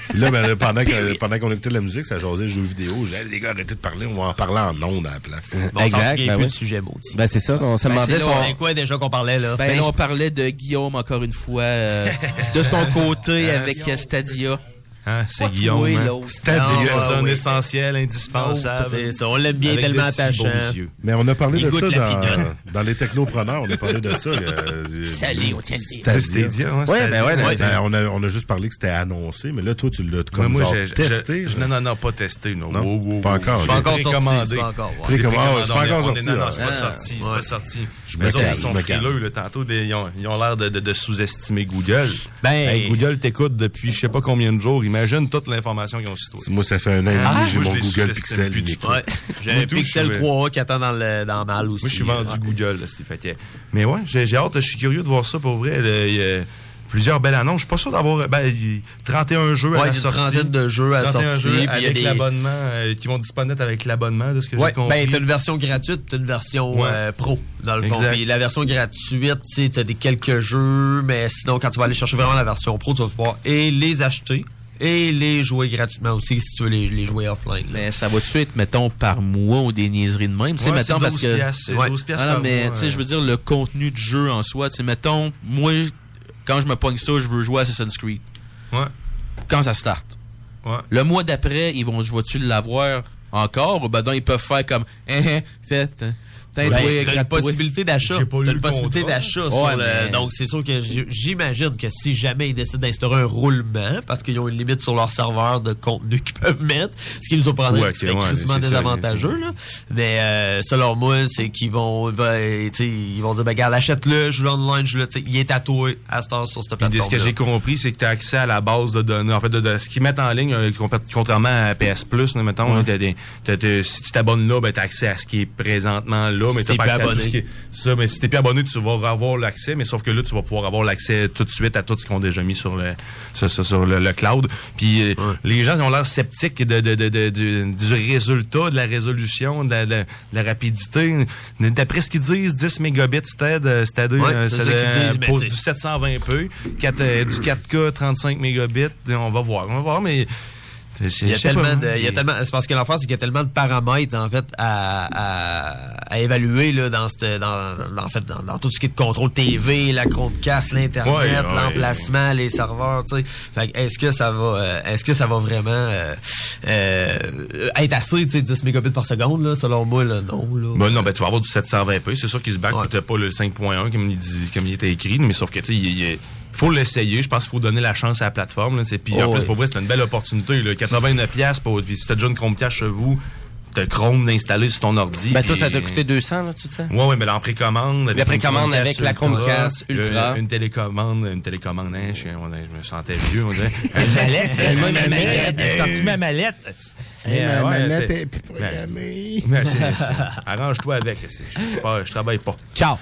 Speaker 2: Puis là, ben, là, pendant que- pendant qu'on écoutait de la musique, ça jasait jeux vidéo. J'ai dit, Hey, les gars, arrêtez de parler, on va en parler en ondes à la place.
Speaker 3: exact.
Speaker 7: plus
Speaker 3: oui.
Speaker 7: du sujet, maudit.
Speaker 3: Ben, c'est ça. On se
Speaker 7: Ben,
Speaker 3: demandait
Speaker 7: c'est
Speaker 3: si
Speaker 7: là,
Speaker 3: on-
Speaker 7: on est quoi déjà qu'on parlait, là?
Speaker 8: Ben, là, on parlait de Guillaume encore une fois,
Speaker 7: [LAUGHS]
Speaker 8: euh, de son côté avec euh, Stadia.
Speaker 6: Hein, c'est
Speaker 8: Pas
Speaker 6: Guillaume.
Speaker 8: toi,
Speaker 6: hein.
Speaker 8: l'autre.
Speaker 6: C'est-à-dire
Speaker 8: Non,
Speaker 6: personne
Speaker 8: ouais, ouais.
Speaker 6: essentielle, indispensable.
Speaker 7: L'autre, c'est Oh, ça, on l'aime bien
Speaker 6: Avec
Speaker 7: tellement
Speaker 6: de si beaux
Speaker 7: attachant.
Speaker 6: yeux.
Speaker 2: Mais on a parlé
Speaker 6: Il
Speaker 2: de
Speaker 6: goûte
Speaker 2: ça
Speaker 6: la
Speaker 2: dans,
Speaker 6: pinotte.
Speaker 2: dans les technopreneurs. On a parlé de ça. euh,
Speaker 8: Salé, on tient le
Speaker 2: Stadia.
Speaker 6: Le Stadia, ouais, Ouais, ben ouais,
Speaker 2: Ben,
Speaker 6: ouais. Stadia.
Speaker 2: on, a, on a juste parlé que c'était annoncé, mais là, toi, tu l'as
Speaker 6: Ouais,
Speaker 2: comme
Speaker 6: moi,
Speaker 2: genre
Speaker 6: j'ai- je-
Speaker 2: testé.
Speaker 6: je-
Speaker 2: là.
Speaker 6: non, non, non, pas testé. Non,
Speaker 2: Non,
Speaker 6: Wow, wow,
Speaker 2: pas
Speaker 6: wow.
Speaker 2: encore.
Speaker 6: Je suis
Speaker 2: J'ai
Speaker 6: commandé.
Speaker 2: précommandé. C'est pas encore, ouais.
Speaker 6: Précommandé,
Speaker 2: C'est pas encore
Speaker 6: on est- on est-
Speaker 2: sorti,
Speaker 6: Non, non, c'est ah pas
Speaker 7: Ah.
Speaker 2: ouais.
Speaker 6: sorti. C'est pas sorti.
Speaker 2: Je me
Speaker 6: Mais autres,
Speaker 2: calme,
Speaker 6: ils
Speaker 2: je
Speaker 6: sont
Speaker 2: me calme.
Speaker 6: frileux. là. Tantôt, des- ils ont ils ont l'air de- de de sous-estimer Google.
Speaker 7: Ben-
Speaker 6: Hey, Google t'écoute depuis je sais pas combien de jours. Imagine toute l'information qu'ils ont sur toi.
Speaker 2: Moi, ça fait un an et demi,
Speaker 6: Ah,
Speaker 2: j'ai
Speaker 6: moi,
Speaker 2: mon
Speaker 6: je les
Speaker 2: Google
Speaker 6: sous-estime
Speaker 2: Pixel.
Speaker 6: plus du
Speaker 2: il est-
Speaker 6: tout.
Speaker 7: Ouais. J'ai un
Speaker 6: Moi, tout,
Speaker 7: Pixel
Speaker 6: je-
Speaker 7: 3A qui attend dans le, dans le mal aussi.
Speaker 6: Moi, je suis vendu Google, là, c'est fait que- Mais ouais, j'ai j'ai hâte, je suis curieux de voir ça pour vrai. là, il y a plusieurs belles annonces. Je suis pas sûr d'avoir ben, il- 31 jeux
Speaker 7: Ouais, il
Speaker 6: à la
Speaker 7: y a une
Speaker 6: sortie.
Speaker 7: trentaine de jeux à la
Speaker 6: 31
Speaker 7: sortie,
Speaker 6: jeux
Speaker 7: puis il y a
Speaker 6: avec
Speaker 7: des-
Speaker 6: l'abonnement, euh, qui vont disponibles avec l'abonnement, de ce que
Speaker 7: Ouais,
Speaker 6: j'ai compris.
Speaker 7: ben t'as une version gratuite, t'as une version
Speaker 6: Ouais.
Speaker 7: euh, pro dans le fond.
Speaker 6: Exact.
Speaker 7: Puis la version gratuite, tu sais, t'as des quelques jeux, mais sinon quand tu vas aller chercher vraiment la version pro, tu vas pouvoir et les acheter et les jouer gratuitement aussi si tu veux les, les jouer offline. là.
Speaker 8: Mais Ben, ça va tu être, mettons, par mois ou des niaiseries de même? Tu sais,
Speaker 7: Ouais,
Speaker 8: mettons,
Speaker 7: c'est
Speaker 8: parce
Speaker 7: 12
Speaker 8: que.
Speaker 7: piastres, c'est 12 piastres
Speaker 8: Ah non,
Speaker 7: par
Speaker 8: mais
Speaker 7: mois,
Speaker 8: tu sais,
Speaker 7: euh.
Speaker 8: je veux dire, le contenu du jeu en soi, tu sais, mettons, moi, quand je me pogne ça, je veux jouer à Assassin's Creed.
Speaker 6: Ouais.
Speaker 8: Quand ça start.
Speaker 6: Ouais.
Speaker 8: Le mois d'après, ils vont, je vois-tu l'avoir encore? Ou ben non, ils peuvent faire comme, [LAUGHS] hein, hein, t'as- t'as- t'as
Speaker 7: Ben,
Speaker 8: joué,
Speaker 7: t'as une
Speaker 8: gratte-toi.
Speaker 7: possibilité d'achat.
Speaker 8: J'ai pas eu
Speaker 7: T'as
Speaker 8: le
Speaker 7: une possibilité
Speaker 8: contrat.
Speaker 7: d'achat
Speaker 8: Ouais,
Speaker 7: sur le-
Speaker 8: mais-
Speaker 7: Donc, c'est sûr que j- j'imagine que si jamais ils décident d'instaurer un roulement, parce qu'ils ont une limite sur leur serveur de contenu [LAUGHS] qu'ils peuvent mettre, ce qui nous surprendrait,
Speaker 6: Ouais,
Speaker 7: ouais,
Speaker 6: ok,
Speaker 7: c'est
Speaker 6: ouais,
Speaker 7: crissement
Speaker 6: c'est ça,
Speaker 7: désavantageux. là. Mais euh, selon moi, c'est qu'ils vont, ben, tu sais, ils vont dire, ben, regarde, achète-le, joue-le online, joue-le. Tu sais, Il est tatoué à cette heure sur cette
Speaker 6: Puis de ce que
Speaker 7: plateforme.
Speaker 6: j'ai compris, c'est que tu as accès à la base de données. En fait, de, de- ce qu'ils mettent en ligne, euh, compa- contrairement à PS Plus, là, mettons,
Speaker 7: Ouais.
Speaker 6: t'as des- t'as- t'as- si tu t'abonnes là, ben, tu as accès à ce qui est présentement là, mais
Speaker 7: Si
Speaker 6: t'as
Speaker 7: t'es
Speaker 6: pas
Speaker 7: plus
Speaker 6: accès à tout
Speaker 7: abonné.
Speaker 6: ce qui est- ça, mais si t'es plus abonné, tu vas avoir l'accès, mais sauf que là, tu vas pouvoir avoir l'accès tout de suite à tout ce qu'on a déjà mis sur le, ça- ça- sur le, le cloud. Puis euh, les gens ils ont l'air sceptiques de, de- de- de- du, du résultat, de la résolution, de la, de la- de la rapidité. D'après ce qu'ils disent, 10 mégabits, c'était, c'était
Speaker 7: Ouais,
Speaker 6: euh,
Speaker 7: c'est
Speaker 6: ça
Speaker 7: ça qu'ils
Speaker 6: de-
Speaker 7: disent, mais
Speaker 6: pour
Speaker 7: c'est-
Speaker 6: du 720p, quatre- euh, du 4K, 35 mégabits. On va voir, on va voir, mais... je- je
Speaker 7: Il y a
Speaker 6: sais pas,
Speaker 7: tellement de,
Speaker 6: hein,
Speaker 7: il y a
Speaker 6: mais-
Speaker 7: tellement, c'est parce que l'enfant, c'est qu'il y a tellement de paramètres, en fait, à, à, à évaluer, là, dans cette, dans, dans- en fait, dans, dans tout ce qui est de contrôle TV, la Chromecast, l'Internet,
Speaker 6: Ouais, ouais.
Speaker 7: l'emplacement, les serveurs, tu sais. Fait que est-ce que ça va, euh, est-ce que ça va vraiment, euh, euh, être assez, tu sais, 10 mégabits par seconde, là, selon moi, là, non, là.
Speaker 6: Ben non, ben tu vas avoir du 720p. C'est sûr qu'ils se battent, puis t'as pas le 5.1 comme il, dit, comme il était écrit, mais sauf que tu sais, il, il- faut l'essayer. Je pense qu'il faut donner la chance à la plateforme. Là, tu sais. puis
Speaker 8: Oh,
Speaker 6: en plus,
Speaker 8: oui.
Speaker 6: pour vrai, c'est une belle opportunité. Là. 89 piastres pour puis si t'as déjà une Chromecast chez vous, t'as Chrome d'installer sur ton ordi.
Speaker 3: Ben, toi,
Speaker 6: puis-
Speaker 3: ça t'a coûté 200, là, tout ça?
Speaker 6: Ouais, ouais, mais là, en précommande.
Speaker 3: La
Speaker 6: une
Speaker 3: précommande avec la Chromecast
Speaker 6: le-
Speaker 3: Ultra.
Speaker 6: euh, une télécommande, une télécommande, hein, je, suis- on est- je me sentais vieux, on dirait. Une
Speaker 3: mallette,
Speaker 6: une
Speaker 3: ma mallette,
Speaker 6: mallette,
Speaker 3: j'ai sorti ma
Speaker 6: mallette. Eh,
Speaker 2: Hey,
Speaker 6: Euh,
Speaker 2: ma mallette est plus
Speaker 6: programmée. Arrange-toi avec, c'est- je, suis pas- je travaille pas.
Speaker 3: Ciao.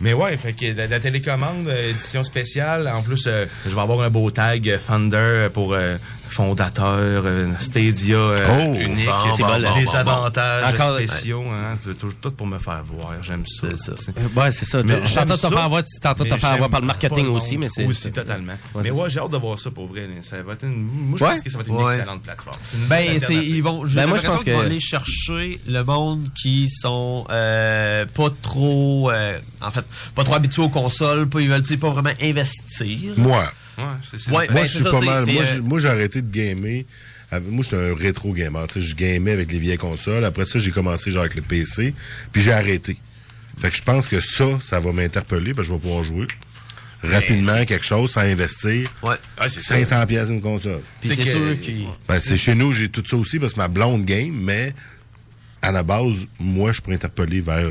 Speaker 6: mais ouais, fait que la, la télécommande, euh, édition spéciale, en plus, euh, je vais avoir un beau tag euh, Founder pour euh, fondateur, euh, Stadia euh,
Speaker 7: Oh,
Speaker 6: unique,
Speaker 7: bon,
Speaker 6: c'est
Speaker 7: bon, bon,
Speaker 6: des
Speaker 7: bon, bon.
Speaker 6: avantages
Speaker 7: Encore-
Speaker 6: spéciaux, hein, tu- tout, tout pour me faire voir, j'aime ça. t'sais.
Speaker 3: Ouais, c'est ça.
Speaker 6: Mais
Speaker 3: T'as-
Speaker 6: j'aime
Speaker 3: t'entends te
Speaker 6: ça,
Speaker 3: faire voir- t'entends te
Speaker 6: mais
Speaker 3: faire voir par le
Speaker 6: j'aime
Speaker 3: marketing
Speaker 6: pas monde
Speaker 3: aussi, mais c'est-
Speaker 6: Aussi,
Speaker 3: c'est-
Speaker 6: totalement.
Speaker 3: Ouais,
Speaker 6: mais
Speaker 3: c'est
Speaker 6: ouais,
Speaker 3: ça.
Speaker 6: j'ai hâte de voir ça pour vrai. là. Ça va être une- moi, je
Speaker 7: Ouais.
Speaker 6: pense que ça va être une
Speaker 7: Ouais.
Speaker 6: excellente plateforme. C'est une
Speaker 7: Ben,
Speaker 6: alternative.
Speaker 7: c'est, ils vont, j'ai
Speaker 6: Ben, moi, je
Speaker 7: l'impression
Speaker 6: pense
Speaker 7: qu'ils vont
Speaker 6: que-
Speaker 7: aller chercher le monde qui sont euh, pas trop, euh, en fait, pas trop habitués aux consoles, pas, ils veulent, tu sais, pas vraiment investir.
Speaker 2: Moi.
Speaker 6: Ouais, c'est- c'est
Speaker 7: Ouais,
Speaker 6: le
Speaker 2: moi,
Speaker 7: ben,
Speaker 2: je
Speaker 7: c'est
Speaker 2: suis
Speaker 7: ça,
Speaker 2: pas
Speaker 7: t'sais,
Speaker 2: mal.
Speaker 7: t'es,
Speaker 2: Moi,
Speaker 7: euh,
Speaker 2: j'ai- moi, j'ai arrêté de gamer. Avec- Moi, j'étais un rétro gamer. Tu sais, je gamais avec les vieilles consoles. Après ça, j'ai commencé genre avec le PC. Puis j'ai arrêté. Fait que je pense que ça, ça va m'interpeller. Parce que je vais pouvoir jouer rapidement quelque chose sans investir.
Speaker 7: Ouais.
Speaker 6: c'est ça.
Speaker 2: 500 pièces une console.
Speaker 7: Puis c'est
Speaker 6: que-
Speaker 7: sûr qu'ils.
Speaker 2: Ben, c'est chez nous, j'ai tout ça aussi parce que ma blonde game, mais à la base, moi, je pourrais interpeller vers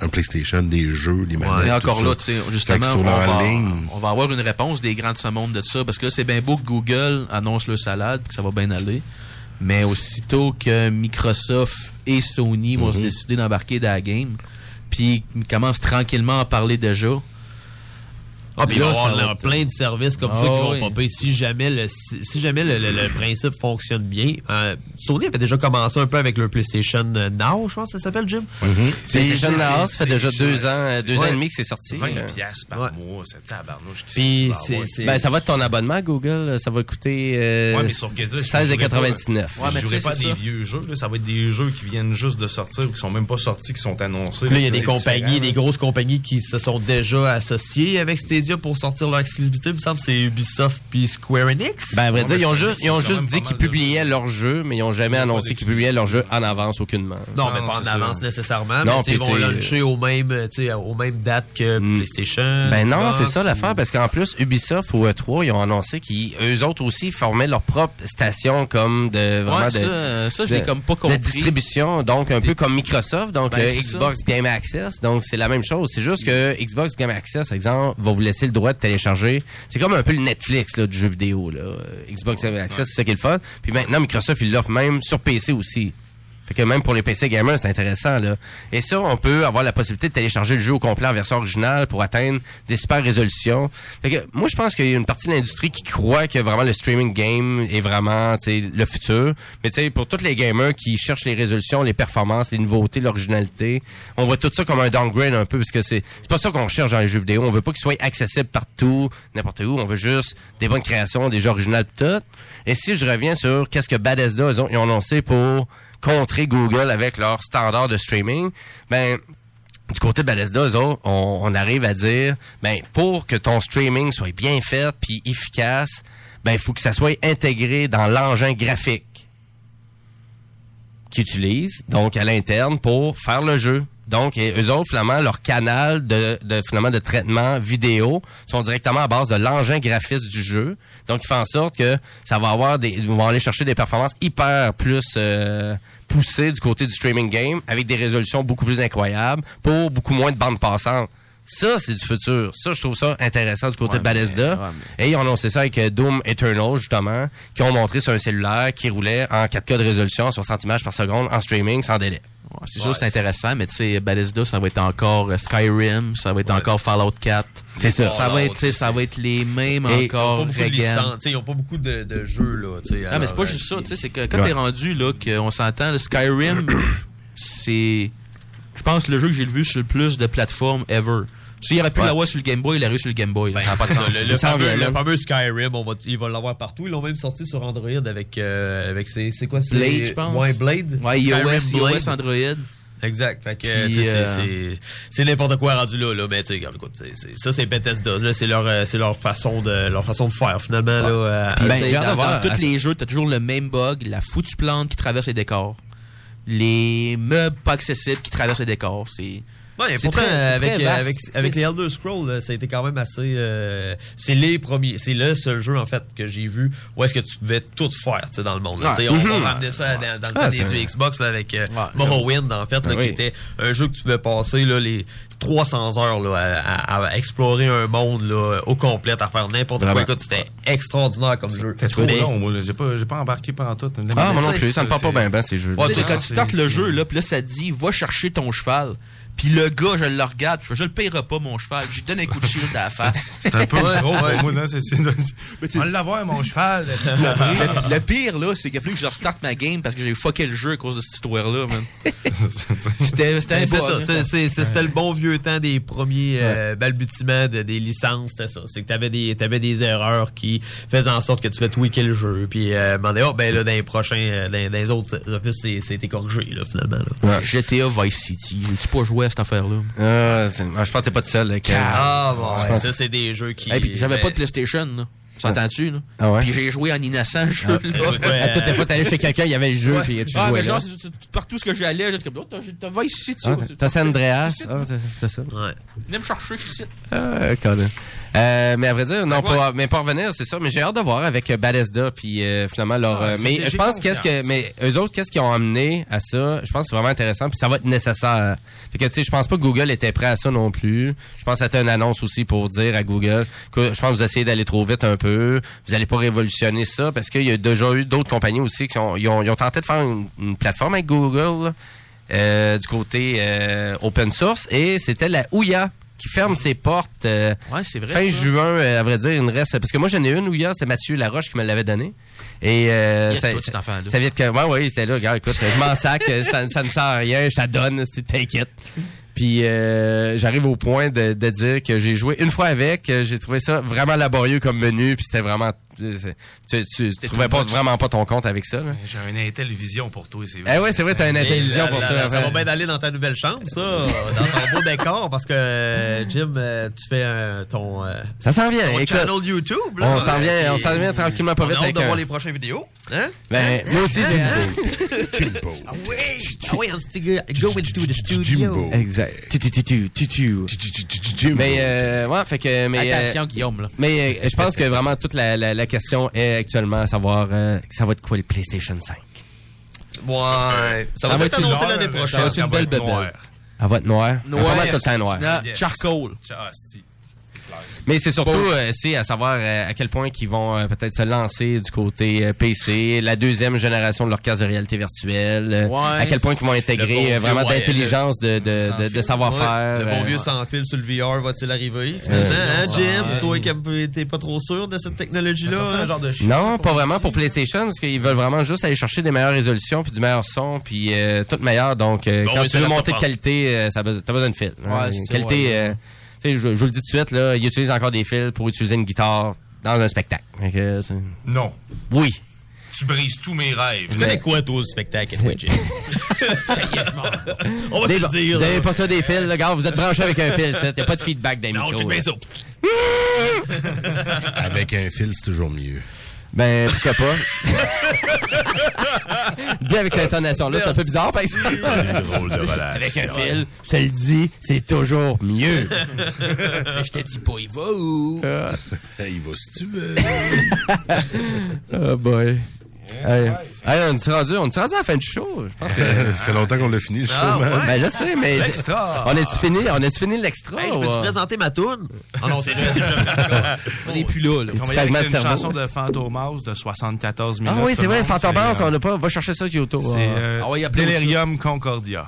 Speaker 2: un PlayStation, des jeux, des manettes.
Speaker 8: Mais encore
Speaker 2: tout ça.
Speaker 8: là, tu sais,
Speaker 2: Fait que
Speaker 8: justement,
Speaker 2: sur
Speaker 8: on
Speaker 2: leur
Speaker 8: va,
Speaker 2: ligne,
Speaker 8: on va avoir une réponse des grands de ce monde de ça. Parce que là, c'est bien beau que Google annonce le salade puis que ça va bien aller. Mais aussitôt que Microsoft et Sony vont se
Speaker 2: Mhm.
Speaker 8: décider d'embarquer dans la game, puis ils commencent tranquillement à en parler déjà.
Speaker 7: Ah, puis
Speaker 8: là,
Speaker 7: là,
Speaker 8: ça
Speaker 7: on
Speaker 8: va
Speaker 7: a
Speaker 8: être-
Speaker 7: plein de services comme ça
Speaker 8: Ah
Speaker 7: qui vont
Speaker 8: oui.
Speaker 7: popper. Si jamais le, si, si jamais le, le- le principe fonctionne bien, euh, Sony avait déjà commencé un peu avec le PlayStation euh, Now, je pense que ça s'appelle, Jim.
Speaker 3: C'est PlayStation Now, ça fait déjà deux ans, euh, deux ans
Speaker 7: Ouais.
Speaker 3: et demi que c'est sorti.
Speaker 6: 20
Speaker 3: là.
Speaker 6: piastres par mois, c'est tabarnouche. qu'est-ce
Speaker 3: euh, Puis,
Speaker 6: que tu vas avoir?
Speaker 3: ben, ça va être ton abonnement à Google. Ça va coûter euh,
Speaker 6: Ouais, mais sauf que là, je jouerai pas-
Speaker 3: 16,99.
Speaker 6: je jouerai pas des vieux jeux. Là. Ça va être des jeux qui viennent juste de sortir ou qui sont même pas sortis, qui sont annoncés.
Speaker 7: Là, il y a des
Speaker 6: C'est
Speaker 7: compagnies,
Speaker 6: différent,
Speaker 7: des
Speaker 6: là.
Speaker 7: grosses compagnies qui se sont déjà associées avec Stadia pour sortir leur exclusivité. Il me semble que c'est Ubisoft puis Square Enix.
Speaker 3: Ben, à vrai dire, ils ont juste, ils ont juste dit qu'ils publiaient leurs jeux, mais ils ont jamais annoncé qu'ils publiaient leurs jeux en avance aucunement.
Speaker 7: Non, mais pas en avance nécessairement. mais
Speaker 3: Non,
Speaker 7: tu sais, ils
Speaker 3: puis
Speaker 7: vont
Speaker 3: tu sais,
Speaker 7: lancer aux mêmes, tu sais, aux mêmes dates que PlayStation.
Speaker 3: Ben non,
Speaker 7: Xbox.
Speaker 3: c'est ça l'affaire, parce qu'en plus, Ubisoft ou E3, ils ont annoncé qu'eux autres aussi formaient leur propre station comme de vraiment
Speaker 8: Ouais,
Speaker 3: de,
Speaker 8: ça, euh, ça, je
Speaker 3: de-
Speaker 8: l'ai comme pas
Speaker 3: de
Speaker 8: compris.
Speaker 3: distribution, donc un
Speaker 8: Des-
Speaker 3: peu comme Microsoft, donc
Speaker 8: Ben,
Speaker 3: euh,
Speaker 8: c'est ça.
Speaker 3: Xbox Game Access, donc c'est la même chose. C'est juste que Xbox Game Access, exemple, va vous laisser le droit de télécharger. C'est comme un peu le Netflix là, du jeu vidéo. Là. Euh, Xbox Game Access, c'est ça qui est le fun. Puis maintenant, Microsoft, il l'offre même sur PC aussi. Fait que même pour les PC gamers, c'est intéressant, là. Et ça, on peut avoir la possibilité de télécharger le jeu au complet en version originale pour atteindre des super résolutions. Fait que moi, je pense qu'il y a une partie de l'industrie qui croit que vraiment le streaming game est vraiment, tu sais, le futur. Mais tu sais, pour tous les gamers qui cherchent les résolutions, les performances, les nouveautés, l'originalité, on voit tout ça comme un downgrade un peu, parce que c'est, c'est pas ça qu'on cherche dans les jeux vidéo. On veut pas qu'ils soient accessibles partout, n'importe où. On veut juste des bonnes créations, des jeux originaux, pis tout. Et si je reviens sur qu'est-ce que Bethesda, eux autres, ils ont annoncé pour contrer Google avec leur standard de streaming, ben du côté de Bethesda, eux autres, on, on arrive à dire, ben pour que ton streaming soit bien fait puis efficace, ben il faut que ça soit intégré dans l'engin graphique qu'ils utilisent, donc à l'interne pour faire le jeu. Donc, et eux autres, finalement, leur canal de, de, finalement, de traitement vidéo sont directement à base de l'engin graphiste du jeu. Donc, ils font en sorte que ça va avoir des, ils vont aller chercher des performances hyper plus euh, poussées du côté du streaming game avec des résolutions beaucoup plus incroyables pour beaucoup moins de bandes passantes. Ça, c'est du futur. Ça, je trouve ça intéressant du côté
Speaker 8: Ouais,
Speaker 3: de Bethesda.
Speaker 8: mais- ouais,
Speaker 3: Et ils ont annoncé ça avec euh, Doom Eternal, justement, qui ont montré sur un cellulaire qui roulait en 4K de résolution, à 60 images par seconde, en streaming, sans délai.
Speaker 8: C'est sûr, c'est intéressant, mais tu sais, Bethesda, ça va être encore euh, Skyrim, ça va être encore Fallout 4.
Speaker 3: C'est ça.
Speaker 8: Ça va être, tu sais, ça va être les mêmes
Speaker 7: Et
Speaker 8: encore,
Speaker 7: ils ont pas beaucoup de
Speaker 8: Reagan.
Speaker 7: licences, tu sais, ils n'ont pas beaucoup de, de jeux là. tu sais,
Speaker 8: Non, Ah, mais c'est
Speaker 7: alors,
Speaker 8: pas
Speaker 7: euh,
Speaker 8: juste ça,
Speaker 7: puis-
Speaker 8: tu sais, c'est que quand
Speaker 7: Ouais.
Speaker 8: t'es rendu, là, qu'on s'entend, le Skyrim,
Speaker 7: [CLEARS THROAT]
Speaker 8: c'est, je pense, le jeu que j'ai vu sur le plus de plateformes ever. S'il y aurait pu
Speaker 7: Ouais. Ben,
Speaker 8: l'avoir sur le Game Boy, il l'aurait eu sur le Game Boy. là, ça n'a pas de
Speaker 7: Ça,
Speaker 8: sens.
Speaker 7: le, le fameux, le fameux Skyrim, on va, ils vont l'avoir partout. Ils l'ont même sorti sur Android avec, euh, avec ses- c'est quoi c'est-
Speaker 8: Blade, je pense.
Speaker 7: euh, Ouais, Blade.
Speaker 8: Ouais, iOS,
Speaker 7: Skyrim
Speaker 8: iOS, Android.
Speaker 7: Exact. Fait que,
Speaker 8: Puis,
Speaker 7: tu sais, c'est-
Speaker 8: euh,
Speaker 7: c'est- c'est n'importe quoi rendu là, là. Mais tu sais, regarde, écoute, c'est- c'est- ça c'est Bethesda. Là, c'est leur, euh, c'est leur façon de, leur façon de faire finalement là.
Speaker 8: Puis,
Speaker 7: à-
Speaker 8: tu sais,
Speaker 7: à-
Speaker 8: dans, dans tous les jeux, t'as toujours le même bug, la foutue plante qui traverse les décors, les meubles pas accessibles qui traversent les décors. C'est
Speaker 7: Ouais, et
Speaker 8: c'est
Speaker 7: pourtant,
Speaker 8: très- c'est
Speaker 7: avec,
Speaker 8: très
Speaker 7: euh,
Speaker 8: vaste.
Speaker 7: avec,
Speaker 8: Tu sais,
Speaker 7: avec les Elder Scrolls, là, ça a été quand même assez. euh, c'est les premiers, c'est le seul jeu en fait que j'ai vu où est-ce que tu pouvais tout faire, tu sais, dans le monde. là.
Speaker 8: Ouais.
Speaker 7: Tu sais, On,
Speaker 8: Mhm.
Speaker 7: on ramenait ça dans, dans le
Speaker 8: Ah,
Speaker 7: temps des-
Speaker 8: c'est-
Speaker 7: du Xbox là, avec euh, Morrowind en fait,
Speaker 8: Ah
Speaker 7: là, qui
Speaker 8: oui.
Speaker 7: était un jeu que tu pouvais passer là, les 300 heures là, à, à- à explorer un monde là, au complet, à faire n'importe quoi.
Speaker 6: Vraiment.
Speaker 7: Écoute, c'était extraordinaire comme jeu.
Speaker 6: C'est trop
Speaker 7: Mais-
Speaker 6: long, moi. là. J'ai pas, j'ai pas embarqué pendant tout.
Speaker 3: Ah, moi non plus, ça me parle pas bien, ben, ces jeux.
Speaker 8: Ouais, tu sais, quand tu startes le jeu, là, puis là, ça te dit, va chercher ton cheval. Puis le gars, je le regarde, je, je le payerai pas, mon cheval. Je lui donne un coup de shield [LAUGHS] à la face.
Speaker 6: C'est un peu trop,
Speaker 8: Ouais.
Speaker 6: moi, là. c'est- c'est- Mais tu- On l'avoir, mon cheval. tu l'as pris.
Speaker 8: le, le pire, là, c'est qu'il a fallu que je restarte ma game parce que j'ai fucké le jeu à cause de cette histoire-là, man. [LAUGHS] C'était c'était un
Speaker 7: Mais c'est
Speaker 8: bug,
Speaker 7: ça,
Speaker 8: hein.
Speaker 7: c'est- c'est- c'est- C'était le bon vieux temps des premiers euh, balbutiements de- des licences, c'était ça. C'est que t'avais des, t'avais des erreurs qui faisaient en sorte que tu fais tweaker le jeu. Puis, euh, m'en oh, ben là, dans les prochains, euh, dans, dans les autres opus, c'est- c'était corrigé, là, finalement. là.
Speaker 8: Ouais. GTA Vice City. Tu pas joué à cette affaire-là?
Speaker 3: Euh, c'est- ah, je pense que t'es pas tout seul. là, que-
Speaker 7: Ah,
Speaker 3: Je
Speaker 7: bon,
Speaker 3: pense-
Speaker 7: ça, c'est des jeux qui.
Speaker 8: Hey, puis j'avais pas
Speaker 7: ben,
Speaker 8: de PlayStation, là. S'entends-tu, là?
Speaker 3: Ah ouais?
Speaker 8: Puis j'ai joué en innocent jeu, là. [LAUGHS]
Speaker 3: À toutes les fois, t'allais chez quelqu'un, il y avait le jeu,
Speaker 8: Ouais.
Speaker 3: puis tu
Speaker 8: Ah,
Speaker 3: jouais
Speaker 8: mais
Speaker 3: là.
Speaker 8: genre, c'est- c'est- partout ce que j'allais, j'étais comme, oh, t'as- t'as Vice City.
Speaker 3: Ah,
Speaker 8: ouais.
Speaker 3: t'as San Andreas. Ah, t'as- t'as ça.
Speaker 8: Venez me chercher, je suis ici.
Speaker 3: Ah, Colin. Euh, mais à vrai dire,
Speaker 14: Ah,
Speaker 3: non, pas, mais pas revenir, c'est ça. Mais j'ai hâte de voir avec euh, Bethesda, puis euh, finalement leur. euh,
Speaker 14: Ah, ça,
Speaker 3: mais
Speaker 14: c'est-
Speaker 3: je
Speaker 14: j'ai
Speaker 3: pense qu'est-ce que,
Speaker 14: confiance.
Speaker 3: mais eux autres, qu'est-ce qu'ils ont amené à ça Je pense que c'est vraiment intéressant, puis ça va être nécessaire. Fait que tu sais, je pense pas que Google était prêt à ça non plus. Je pense que c'était une annonce aussi pour dire à Google que je pense que vous essayez d'aller trop vite un peu. Vous allez pas révolutionner ça parce qu'il y a déjà eu d'autres compagnies aussi qui ont, ils ont, ils ont tenté de faire une, une plateforme avec Google. là. Euh, du côté euh, open source et c'était la Ouya qui ferme ses portes euh, fin
Speaker 8: ça.
Speaker 3: juin euh, à vrai dire il me reste parce que moi j'en ai une Ouya c'est Mathieu Laroche qui me l'avait donné et euh,
Speaker 8: Il y a
Speaker 3: ça,
Speaker 8: de toi, cet enfant-là.
Speaker 3: ça vient de que ouais ouais c'était là regarde écoute je m'en sac euh, ça, ça ne sert à rien je te la donne c'est- t'inquiète puis euh, j'arrive au point de, de dire que j'ai joué une fois avec euh, j'ai trouvé ça vraiment laborieux comme menu puis c'était vraiment euh, c'est- tu, tu, tu trouvais
Speaker 6: too
Speaker 3: pas
Speaker 6: much.
Speaker 3: vraiment pas ton compte avec ça là.
Speaker 6: J'ai un Intel Vision pour toi, c'est
Speaker 3: Eh ouais, c'est vrai, t'as un
Speaker 7: Mais
Speaker 3: Intel Vision
Speaker 7: là,
Speaker 3: pour
Speaker 7: là,
Speaker 3: ça,
Speaker 7: là, Ça
Speaker 3: ouais.
Speaker 7: va bien aller dans ta nouvelle chambre, ça, dans ton beau décor, parce que euh, Jim, euh, tu fais euh, ton. euh,
Speaker 3: Ça s'en vient,
Speaker 7: ton
Speaker 3: écoute.
Speaker 7: channel YouTube. Là,
Speaker 3: On s'en vient-
Speaker 7: Et-
Speaker 3: on s'en vient tranquillement pas
Speaker 7: on
Speaker 3: vite
Speaker 7: a hâte
Speaker 3: avec
Speaker 7: de
Speaker 3: un-
Speaker 7: voir les prochaines vidéos. Hein?
Speaker 3: Ben, moi aussi, j'ai une
Speaker 7: [LAUGHS] Jimbo. Ah oui! Ah oui, on s'est dit, go into the studio.
Speaker 3: [LAUGHS] Exact. Tu, tu, tu, tu, tu, tu. Mais, euh, ouais, fait que, mais.
Speaker 8: Attention,
Speaker 3: euh,
Speaker 8: Guillaume, là.
Speaker 3: Mais euh, je pense que vraiment toute la, la, la question est actuellement à savoir, euh, ça va être quoi le PlayStation 5?
Speaker 7: Ouais. Ça
Speaker 3: Ah,
Speaker 7: va être annoncé l'année prochaine.
Speaker 3: Ça va être une belle bébelle. Elle va être noire. Elle va pas mal tout le temps noire.
Speaker 8: Charcoal.
Speaker 3: Mais c'est surtout,
Speaker 8: Bon.
Speaker 3: euh, c'est à savoir euh, à quel point qu'ils vont euh, peut-être se lancer du côté euh, PC, la deuxième génération de leur casque de réalité virtuelle, euh,
Speaker 7: Ouais,
Speaker 3: à quel point qu'ils vont
Speaker 7: le
Speaker 3: intégrer
Speaker 7: bon
Speaker 3: euh,
Speaker 7: vieux
Speaker 3: vraiment
Speaker 7: wireless.
Speaker 3: d'intelligence, de,
Speaker 7: Sans
Speaker 3: de, de, de
Speaker 7: fil. Ouais,
Speaker 3: savoir-faire.
Speaker 7: Le bon
Speaker 3: euh,
Speaker 7: vieux
Speaker 3: ouais.
Speaker 7: sans fil sur le VR va-t-il arriver finalement,
Speaker 3: Euh,
Speaker 7: hein, Jim?
Speaker 3: ouais.
Speaker 7: Toi qui am- t'es pas trop sûr de cette
Speaker 3: Ça
Speaker 7: technologie-là.
Speaker 3: sortit
Speaker 7: hein?
Speaker 3: un genre de Non, pas vraiment pour PlayStation, parce qu'ils veulent vraiment juste aller chercher des meilleures résolutions, puis du meilleur son, puis euh, tout meilleur. Donc, euh,
Speaker 14: Bon,
Speaker 3: quand
Speaker 14: oui,
Speaker 3: tu
Speaker 14: ça
Speaker 3: veux
Speaker 14: reste
Speaker 3: monter
Speaker 14: à
Speaker 3: de
Speaker 14: prendre.
Speaker 3: qualité, euh, ça a besoin- t'as besoin de fil. hein.
Speaker 14: Ouais, c'est
Speaker 3: qualité,
Speaker 14: ça, ouais.
Speaker 3: euh, tu sais, je, je vous le dis tout de suite, là, ils utilisent encore des fils pour utiliser une guitare dans un spectacle. Fait que c'est-
Speaker 6: Non.
Speaker 3: Oui.
Speaker 6: Tu brises tous mes rêves.
Speaker 3: Tu connais Mais-
Speaker 7: quoi, toi, au spectacle,
Speaker 3: [LAUGHS] Jim?
Speaker 6: Ça y est, je m'en
Speaker 7: On va
Speaker 3: Des-
Speaker 7: se le dire.
Speaker 3: Vous
Speaker 7: là.
Speaker 3: avez pas ça des fils, là, gars, vous êtes branchés avec un fil, ça. T'as pas de feedback d'un
Speaker 7: Non,
Speaker 3: micro.
Speaker 7: t'es bien
Speaker 3: là.
Speaker 7: sûr.
Speaker 2: Avec un fil, c'est toujours mieux.
Speaker 3: Ben, pourquoi pas? [LAUGHS] Dis avec cette intonation-là, c'est un peu bizarre, par exemple.
Speaker 6: drôle de relation.
Speaker 3: Avec un fil, je te le dis, c'est toujours mieux.
Speaker 8: Mais je te dis pas, il va où?
Speaker 2: Il va si tu veux.
Speaker 3: oh boy. Hey. Hey, on s'est rendu, on s'est rendu à la fin du show. Je
Speaker 2: Hein?
Speaker 3: pense que.
Speaker 2: [LAUGHS] C'est longtemps qu'on l'a fini, le show, man.
Speaker 3: Ben, je sais, mais.
Speaker 2: L'extra.
Speaker 3: On est-tu fini, on est fini l'extra?
Speaker 7: Hey, je
Speaker 3: ou,
Speaker 7: peux-tu
Speaker 3: euh?
Speaker 7: présenter ma toune? Ah non, c'est vrai.
Speaker 8: On est plus là, là.
Speaker 6: On va y aller avec une chanson de Fantomas de 74
Speaker 3: Ah
Speaker 6: minutes.
Speaker 3: oui, c'est vrai, Phantom
Speaker 6: Fantomas,
Speaker 3: Bounce, on n'a pas. Va chercher ça, Kyoto.
Speaker 6: euh,
Speaker 3: hein.
Speaker 6: C'est euh, Delirium Concordia.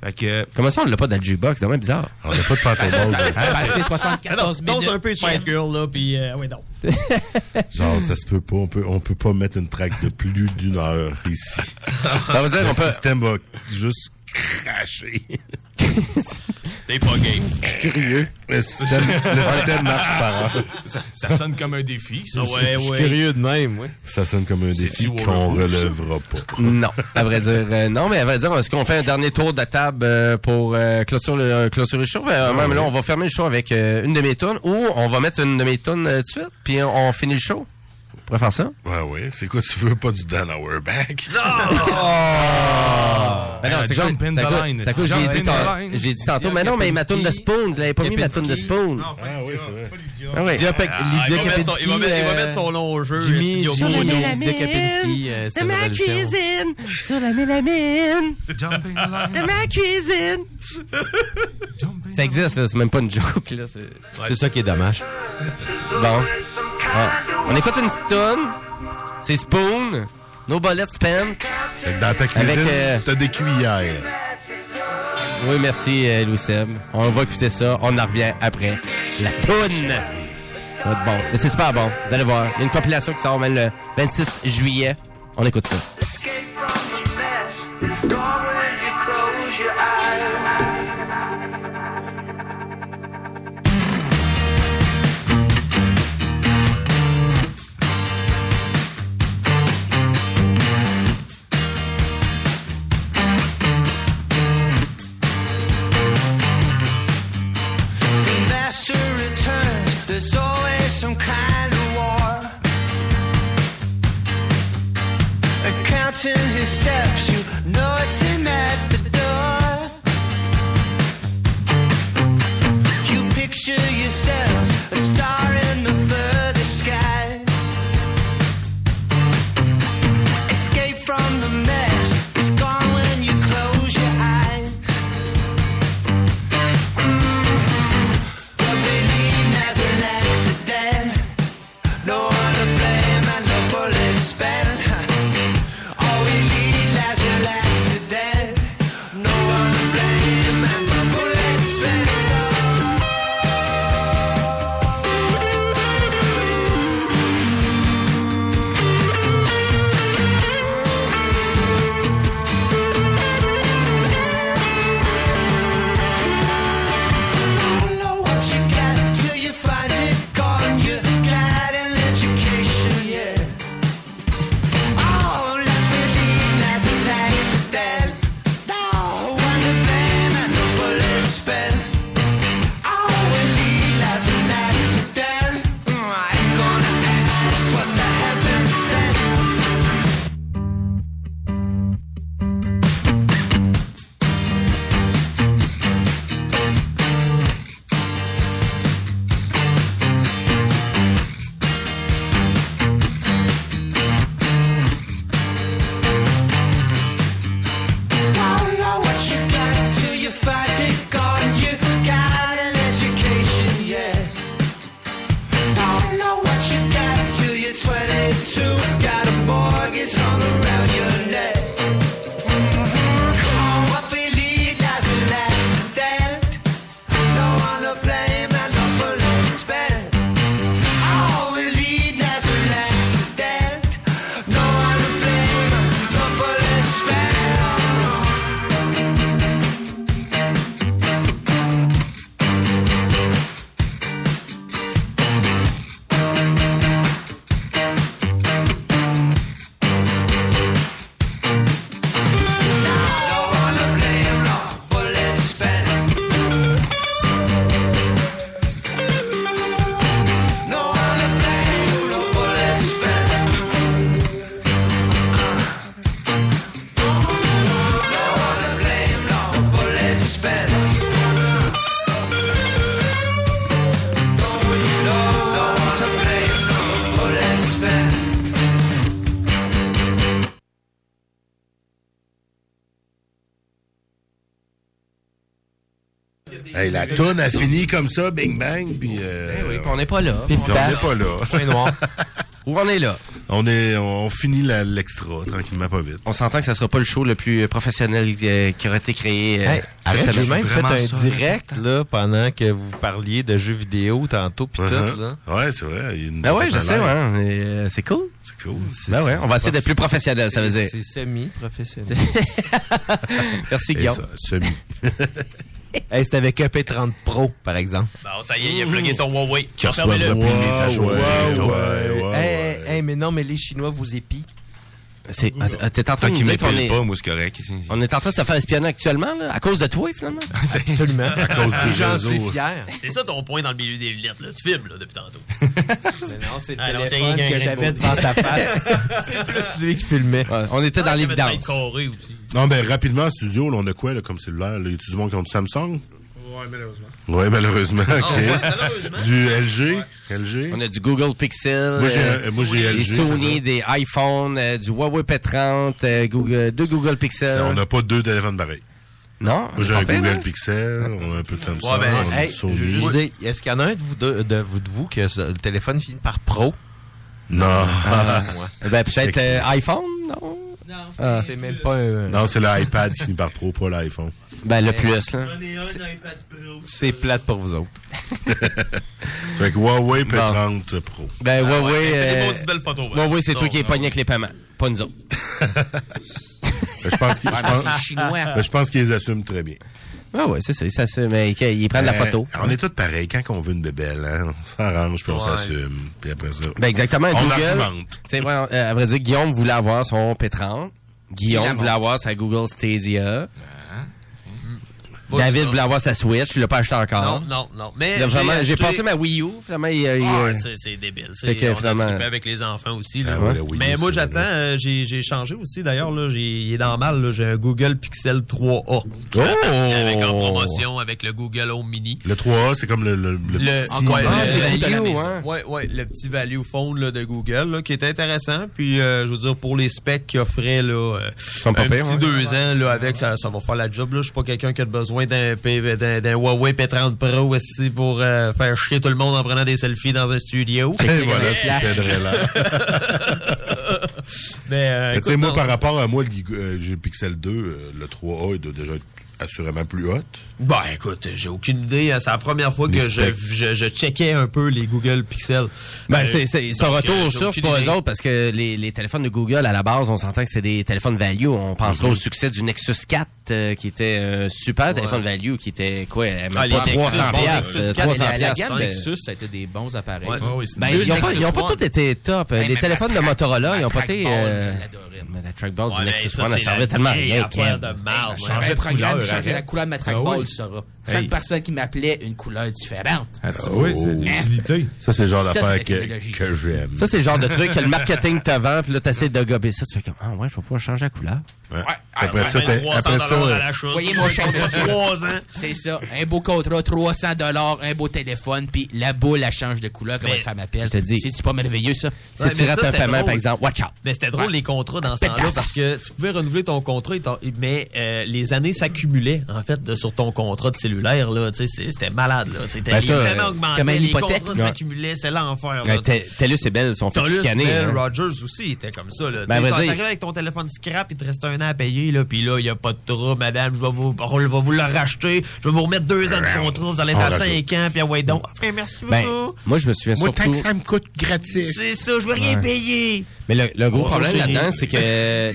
Speaker 6: Fait que...
Speaker 3: Comment ça, on l'a pas dans le jukebox? C'est vraiment bizarre.
Speaker 2: On n'a pas de Phantom Bounce.
Speaker 8: c'est 74
Speaker 7: Danse
Speaker 8: minutes.
Speaker 7: un peu Fight Girl, là, puis euh, ouais, donc.
Speaker 2: Genre, ça se peut pas. On peut, on peut pas mettre une track de plus d'une heure ici.
Speaker 3: On va dire,
Speaker 2: Le
Speaker 3: on peut-
Speaker 2: système va juste cracher.
Speaker 6: T'es pas gay.
Speaker 2: Je suis curieux. Le système, le système marche par heure.
Speaker 6: Ça, ça sonne comme un défi. ça.
Speaker 2: Je suis curieux
Speaker 4: de même, ouais.
Speaker 2: Ça sonne comme un défi
Speaker 6: du
Speaker 2: qu'on
Speaker 6: Warhol, ça.
Speaker 2: relèvera pas.
Speaker 3: Non, à vrai dire, euh, non, mais à vrai dire, est-ce qu'on fait un dernier tour de la table euh, pour euh, clôture le- euh, clôturer le show? Ben, euh, même là, on va fermer le show avec euh, une de mes tunes ou on va mettre une de mes tunes euh, tout de suite, puis on, on finit le show. On pourrait faire ça?
Speaker 2: Ouais, Ah ouais. C'est quoi, tu veux pas du Dan Auerbach?
Speaker 3: Ben non,
Speaker 6: Euh,
Speaker 3: c'est
Speaker 6: Jump
Speaker 3: quoi-
Speaker 6: in
Speaker 3: c'est
Speaker 6: the
Speaker 3: quoi-
Speaker 6: line.
Speaker 3: c'est quoi, j'ai
Speaker 6: Jump
Speaker 3: dit
Speaker 6: in the
Speaker 3: tan-
Speaker 6: line.
Speaker 3: j'ai dit tantôt, mais non, mais ma tune de Spoon, vous l'avez pas mis ma tune de Spoon.
Speaker 2: Ah oui, c'est vrai.
Speaker 3: Ah oui.
Speaker 4: Lydia Pe-
Speaker 7: Ah, il
Speaker 4: Lydia
Speaker 7: va mettre son-
Speaker 4: Kapinski,
Speaker 7: il va mettre- il va
Speaker 4: euh,
Speaker 7: mettre son long jeu.
Speaker 4: Jimmy,
Speaker 7: euh,
Speaker 4: Jimmy,
Speaker 7: Studio
Speaker 4: Jimmy,
Speaker 7: Mono.
Speaker 4: Lydia Kapinski, euh, c'est une nouvelle émission.
Speaker 3: sur la mélamine,
Speaker 6: [LAUGHS] Jumping the line.
Speaker 3: de ma cuisine. Ça existe, là, c'est même pas une joke. là. C'est
Speaker 4: C'est ça qui est dommage.
Speaker 3: Bon. Ah. On écoute une petite tonne. C'est Spoon. No Bullet Spent.
Speaker 2: Fait que dans ta cuisine,
Speaker 3: Avec, euh,
Speaker 2: t'as des cuillères.
Speaker 3: Oui, merci, euh, Louis Seb. On va écouter ça. On en revient après. La toune. Ça va être bon. Mais c'est super bon. Vous allez voir. Il y a une compilation qui sort même le 26 juillet. On écoute ça.
Speaker 15: The master returns. There's always some kind of war. Counting his steps, you know it's imminent.
Speaker 8: Mm.
Speaker 2: Hey, la toune a fini comme ça, bing bang, puis. euh,
Speaker 3: Eh oui, puis on n'est pas là.
Speaker 2: puis on
Speaker 3: Pif, paf.
Speaker 2: n'est pas là. [LAUGHS]
Speaker 3: Point noir. Où on est là?
Speaker 2: On, est, on finit la- l'extra, tranquillement, pas vite.
Speaker 3: On s'entend que ça sera pas le show le plus euh, professionnel euh, qui aurait été créé. euh,
Speaker 4: Hey, arrête,
Speaker 3: cette
Speaker 4: j'ai
Speaker 3: semaine.
Speaker 4: même fait un
Speaker 3: Vraiment ça.
Speaker 4: direct là, pendant que vous parliez de jeux vidéo tantôt puis
Speaker 3: Uh-huh.
Speaker 4: tout. Là.
Speaker 2: Ouais, c'est vrai. Il
Speaker 3: Ben ouais, je sais, ouais. Et, euh, c'est cool.
Speaker 2: C'est cool.
Speaker 3: Ben ouais, on va essayer d'être plus professionnel, ça veut
Speaker 4: C'est-
Speaker 3: dire.
Speaker 4: C'est semi-professionnel.
Speaker 3: [LAUGHS] Merci, Guillaume. ça,
Speaker 2: semi.
Speaker 4: hey, c'était avec EP30 Pro, par exemple.
Speaker 7: Bon, ça y est, il a plugué son Huawei.
Speaker 4: Qui reçoivent
Speaker 7: Fermez-le.
Speaker 4: le plus de messages
Speaker 7: Huawei.
Speaker 4: Huawei.
Speaker 6: Ouais,
Speaker 7: Ah
Speaker 6: ouais,
Speaker 4: Hey, hey, mais non, mais les Chinois vous épient.
Speaker 3: C'est, ah, t'es en train
Speaker 6: Tant
Speaker 3: de
Speaker 6: qu'il
Speaker 3: nous dire qu'on
Speaker 6: m'épile
Speaker 3: est,
Speaker 6: pas, moi, c'est correct. ici.
Speaker 3: on est en train de se faire espionner actuellement, là, à cause de toi, finalement.
Speaker 7: [LAUGHS]
Speaker 4: Absolument.
Speaker 6: À cause du J'en réseau. suis
Speaker 4: fier.
Speaker 7: C'est ça ton point dans le milieu des lunettes, là. Tu filmes, là, depuis tantôt.
Speaker 4: non, c'est le
Speaker 7: Ah rien
Speaker 4: téléphone
Speaker 7: qu'un
Speaker 4: que
Speaker 7: grain de beauté.
Speaker 4: j'avais devant ta face.
Speaker 7: [LAUGHS] C'est
Speaker 4: plus lui qui filmait.
Speaker 3: on était
Speaker 7: Ah, il y avait de la corée aussi.
Speaker 2: Non, ben rapidement, en studio, là, on a quoi là, comme cellulaire? Là, y a du monde qui ont du Samsung?
Speaker 14: Ouais, malheureusement.
Speaker 2: Ouais, malheureusement,
Speaker 14: Ah,
Speaker 2: OK.
Speaker 14: ouais, malheureusement.
Speaker 2: Du LG? LG?
Speaker 3: On a du Google Pixel.
Speaker 2: Moi, j'ai-
Speaker 3: euh,
Speaker 2: moi, j'ai
Speaker 3: Des
Speaker 2: LG, c'est
Speaker 3: Sony,
Speaker 2: ça.
Speaker 3: des iPhone, euh, du Huawei P30, euh, Google, deux Google Pixel.
Speaker 2: On n'a pas deux téléphones pareils.
Speaker 3: Non?
Speaker 2: Moi, j'ai
Speaker 3: on
Speaker 2: un
Speaker 3: est pas
Speaker 2: Google
Speaker 3: pire, hein?
Speaker 2: Pixel, on a un peu de Samsung.
Speaker 4: Ouais, ben,
Speaker 2: on a
Speaker 4: hey,
Speaker 2: du
Speaker 4: je
Speaker 2: Sony.
Speaker 4: veux juste dire, est-ce qu'il y en a un de vous, deux- de, vous, de vous que ça- le téléphone finit par Pro?
Speaker 2: Non.
Speaker 4: Ah, ouais.
Speaker 3: Ben, peut-être euh, iPhone, non? Ah.
Speaker 4: C'est même pas un...
Speaker 2: [LAUGHS] Non, c'est l'iPad qui finit par Pro, pas l'iPhone.
Speaker 3: Ben, le plus, là.
Speaker 4: C'est plate pour vous autres.
Speaker 2: Fait que Huawei
Speaker 3: Bon.
Speaker 2: P30 Pro.
Speaker 3: Ben,
Speaker 2: Ah, ouais,
Speaker 3: Huawei.
Speaker 2: fais des
Speaker 3: euh,
Speaker 2: maudites belles photos, ouais.
Speaker 3: Huawei, c'est
Speaker 2: Non,
Speaker 3: toi qui es
Speaker 2: non.
Speaker 3: pogné avec les paiements, pas nous autres.
Speaker 2: Ben, je pense qu'ils
Speaker 3: Ouais,
Speaker 2: je
Speaker 3: mais
Speaker 2: pense-
Speaker 3: c'est chinois.
Speaker 2: [LAUGHS] ben, je pense qu'ils assument très bien.
Speaker 3: Ah ouais, c'est ça, ça, ça, mais que- ils prennent la
Speaker 2: Euh,
Speaker 3: photo.
Speaker 2: On est tous pareils. Quand on veut une bébelle, hein, on s'arrange, puis on
Speaker 3: Ouais.
Speaker 2: s'assume. Puis après ça,
Speaker 3: Ben exactement,
Speaker 2: on
Speaker 3: Google.
Speaker 2: argumente.
Speaker 3: tu sais, voyons, euh, à vrai dire, Guillaume voulait avoir son P30.
Speaker 2: Il la
Speaker 3: Guillaume voulait
Speaker 2: montre.
Speaker 3: avoir sa Google Stadia.
Speaker 2: Ah,
Speaker 3: David voulait avoir sa Switch, il l'a pas acheté
Speaker 7: Non,
Speaker 3: encore.
Speaker 7: non, non. Mais
Speaker 3: Là, vraiment, j'ai
Speaker 7: acheté-
Speaker 3: passé ma Wii U, finalement, il, il-
Speaker 7: Ah,
Speaker 3: euh,
Speaker 7: c'est c'est débile.
Speaker 3: Fait
Speaker 7: C'est
Speaker 3: que,
Speaker 7: on a
Speaker 3: finalement-
Speaker 7: trippé avec les enfants aussi. là.
Speaker 3: Ah ouais, la Wii U,
Speaker 7: Mais moi,
Speaker 3: c'est
Speaker 7: j'attends. euh, j'ai j'ai changé aussi, d'ailleurs. là, j'ai- Il est dans le mal. là, J'ai un Google Pixel 3A.
Speaker 2: Oh!
Speaker 7: Avec
Speaker 3: Oh.
Speaker 7: en promotion, avec le Google Home Mini.
Speaker 2: Le 3A, c'est comme le, le, le
Speaker 7: Le,
Speaker 2: petit-
Speaker 7: encore,
Speaker 2: Ah,
Speaker 7: le-
Speaker 2: c'est
Speaker 7: le-
Speaker 2: value,
Speaker 7: le-
Speaker 2: hein.
Speaker 7: ouais, ouais, le petit value phone là, de Google là, qui est intéressant. Puis, euh, je veux dire, pour les specs qu'il offrait, là, euh,
Speaker 3: sont
Speaker 7: un
Speaker 3: pas pires,
Speaker 7: petit
Speaker 3: ouais.
Speaker 7: deux ans là, avec, ça, ça va faire la job. Là. Je suis pas quelqu'un qui a besoin d'un, P- d'un, d'un Huawei P30 Pro aussi pour euh, faire chier tout le monde en prenant des selfies dans un studio.
Speaker 2: Et voilà ce qui faudrait là.
Speaker 7: Mais, euh,
Speaker 2: Mais tu sais,
Speaker 7: écoute,
Speaker 2: moi,
Speaker 7: non,
Speaker 2: par rapport à moi, le Giga- euh, j'ai le Pixel 2, euh, le 3A, il doit déjà être assurément plus hot.
Speaker 7: Ben, écoute, j'ai aucune idée. hein. C'est la première fois
Speaker 2: Les
Speaker 7: que je,
Speaker 2: specs.
Speaker 7: je, je checkais un peu les Google Pixel.
Speaker 3: Ben,
Speaker 7: Euh,
Speaker 3: c'est, c'est, son
Speaker 7: donc, euh,
Speaker 3: retour
Speaker 7: j'ai
Speaker 3: sur
Speaker 7: aucune
Speaker 3: pour
Speaker 7: idée.
Speaker 3: eux autres parce que les, les téléphones de Google, à la base, on s'entend que c'est des téléphones value. On pensera
Speaker 2: Mhm.
Speaker 3: au succès du Nexus 4 euh, qui était un super téléphone value qui était quoi, même
Speaker 8: Ah, les
Speaker 3: pas
Speaker 8: Nexus,
Speaker 3: 300
Speaker 8: bon,
Speaker 3: piastres,
Speaker 8: Nexus
Speaker 3: euh,
Speaker 8: 4,
Speaker 3: 300
Speaker 8: la, la
Speaker 3: piastres,
Speaker 8: gamme
Speaker 3: mais-
Speaker 8: Nexus, ça a été des bons appareils.
Speaker 3: Ouais.
Speaker 8: Ah oui, c'est
Speaker 3: Ben,
Speaker 8: nul,
Speaker 3: ils n'ont pas,
Speaker 8: Nexus
Speaker 3: ils ont pas
Speaker 8: One.
Speaker 3: tous été top.
Speaker 8: Ben,
Speaker 3: Euh, les
Speaker 8: mais
Speaker 3: téléphones de
Speaker 8: ma
Speaker 3: Motorola,
Speaker 8: track-
Speaker 3: ils ont
Speaker 8: ma
Speaker 3: pas été.
Speaker 8: trackball,
Speaker 3: euh,
Speaker 8: je l'adorais.
Speaker 3: mais la trackball
Speaker 8: Ouais,
Speaker 3: du
Speaker 8: mais
Speaker 3: Nexus
Speaker 8: ça,
Speaker 3: One, elle
Speaker 8: c'est la
Speaker 3: servait tellement à
Speaker 8: vieille
Speaker 3: rien.
Speaker 8: affaire
Speaker 3: Ken.
Speaker 8: de marde, Hey, changer ouais. de programme,
Speaker 3: Couleur,
Speaker 8: changer
Speaker 3: hein.
Speaker 8: la couleur de ma trackball, le saura. Chaque
Speaker 3: Hey.
Speaker 8: personne qui m'appelait, une couleur différente.
Speaker 3: [LAUGHS]
Speaker 2: Ah oui,
Speaker 3: Oh.
Speaker 2: c'est de l'utilité.
Speaker 6: Ah
Speaker 2: Ça, c'est le genre
Speaker 8: Ça, c'est
Speaker 2: d'affaire
Speaker 8: la
Speaker 2: que,
Speaker 8: technologie.
Speaker 2: que j'aime.
Speaker 3: Ça, c'est le genre de truc
Speaker 8: [LAUGHS]
Speaker 3: que le marketing te vend, puis là, t'essaies de gober ça. Tu fais comme, ah ouais, je vais pouvoir changer la couleur.
Speaker 2: Ouais.
Speaker 3: Après
Speaker 7: Ah,
Speaker 3: ça, t'es- après ça, euh,
Speaker 8: Voyez mon char de
Speaker 7: Trois ans.
Speaker 8: C'est ça. Un beau contrat, 300 dollars, un beau téléphone, puis la boule, elle change de couleur quand
Speaker 7: Mais-
Speaker 8: votre femme appelle. Je te dis. C'est-tu pas merveilleux, ça?
Speaker 7: Si Ouais, tu mais rates ça, un c'était paiement, drôle. par exemple,
Speaker 3: watch out.
Speaker 7: Mais c'était drôle les contrats dans ce temps-là parce que tu pouvais renouveler ton contrat, et ton- mais euh, les années s'accumulaient en fait de- sur ton contrat de cellulaire là. Tu sais, c'est- c'était malade là. Tu sais,
Speaker 3: Ben,
Speaker 7: T'as
Speaker 3: ça,
Speaker 7: vraiment
Speaker 3: euh,
Speaker 7: augmenté.
Speaker 3: comme une
Speaker 7: les
Speaker 3: hypothèque. Ben,
Speaker 7: contrats
Speaker 3: Ouais.
Speaker 7: s'accumulaient, c'est l'enfer. là.
Speaker 3: Ouais, Tel- Telus et Bell sont fait
Speaker 7: Tolus,
Speaker 3: chicaner.
Speaker 7: Bell,
Speaker 3: hein.
Speaker 7: Rogers aussi était comme ça. Là.
Speaker 3: Ben,
Speaker 7: Tu sais,
Speaker 3: à vrai
Speaker 7: t'en-
Speaker 3: dire-
Speaker 7: T'arrives avec ton téléphone scrap, il te reste un an à payer, là, puis là, il n'y a pas de trouble, madame, je vais vous, on va vous le racheter, je vais vous remettre deux ans de contrat, vous allez être
Speaker 3: On
Speaker 7: à
Speaker 3: rajoute.
Speaker 7: cinq ans, puis ouais donc. Ah, merci
Speaker 3: Ben,
Speaker 7: beaucoup.
Speaker 3: moi, je me souviens
Speaker 7: Moi, tant
Speaker 3: surtout...
Speaker 7: que ça
Speaker 2: me coûte gratis.
Speaker 7: C'est ça, je veux rien
Speaker 3: Ouais.
Speaker 7: payer.
Speaker 3: Mais le, le gros
Speaker 7: On va
Speaker 3: problème
Speaker 7: gérer.
Speaker 3: là-dedans, c'est que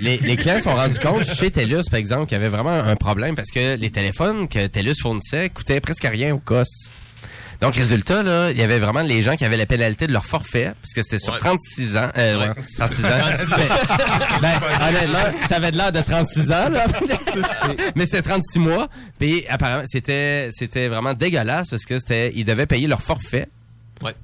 Speaker 3: les, les clients se sont rendus compte chez TELUS, par exemple, qu'il y avait vraiment un problème parce que les téléphones que TELUS fournissait coûtaient presque rien au cost. Donc, résultat, là, il y avait vraiment les gens qui avaient la pénalité de leur forfait, parce que c'était sur 36 ans. Euh, ouais, 36 ans. [LAUGHS] ben, honnêtement, ça avait de l'air de 36 ans, là. Mais c'était 36 mois. Puis, apparemment, c'était, c'était vraiment dégueulasse parce que c'était, ils devaient payer leur forfait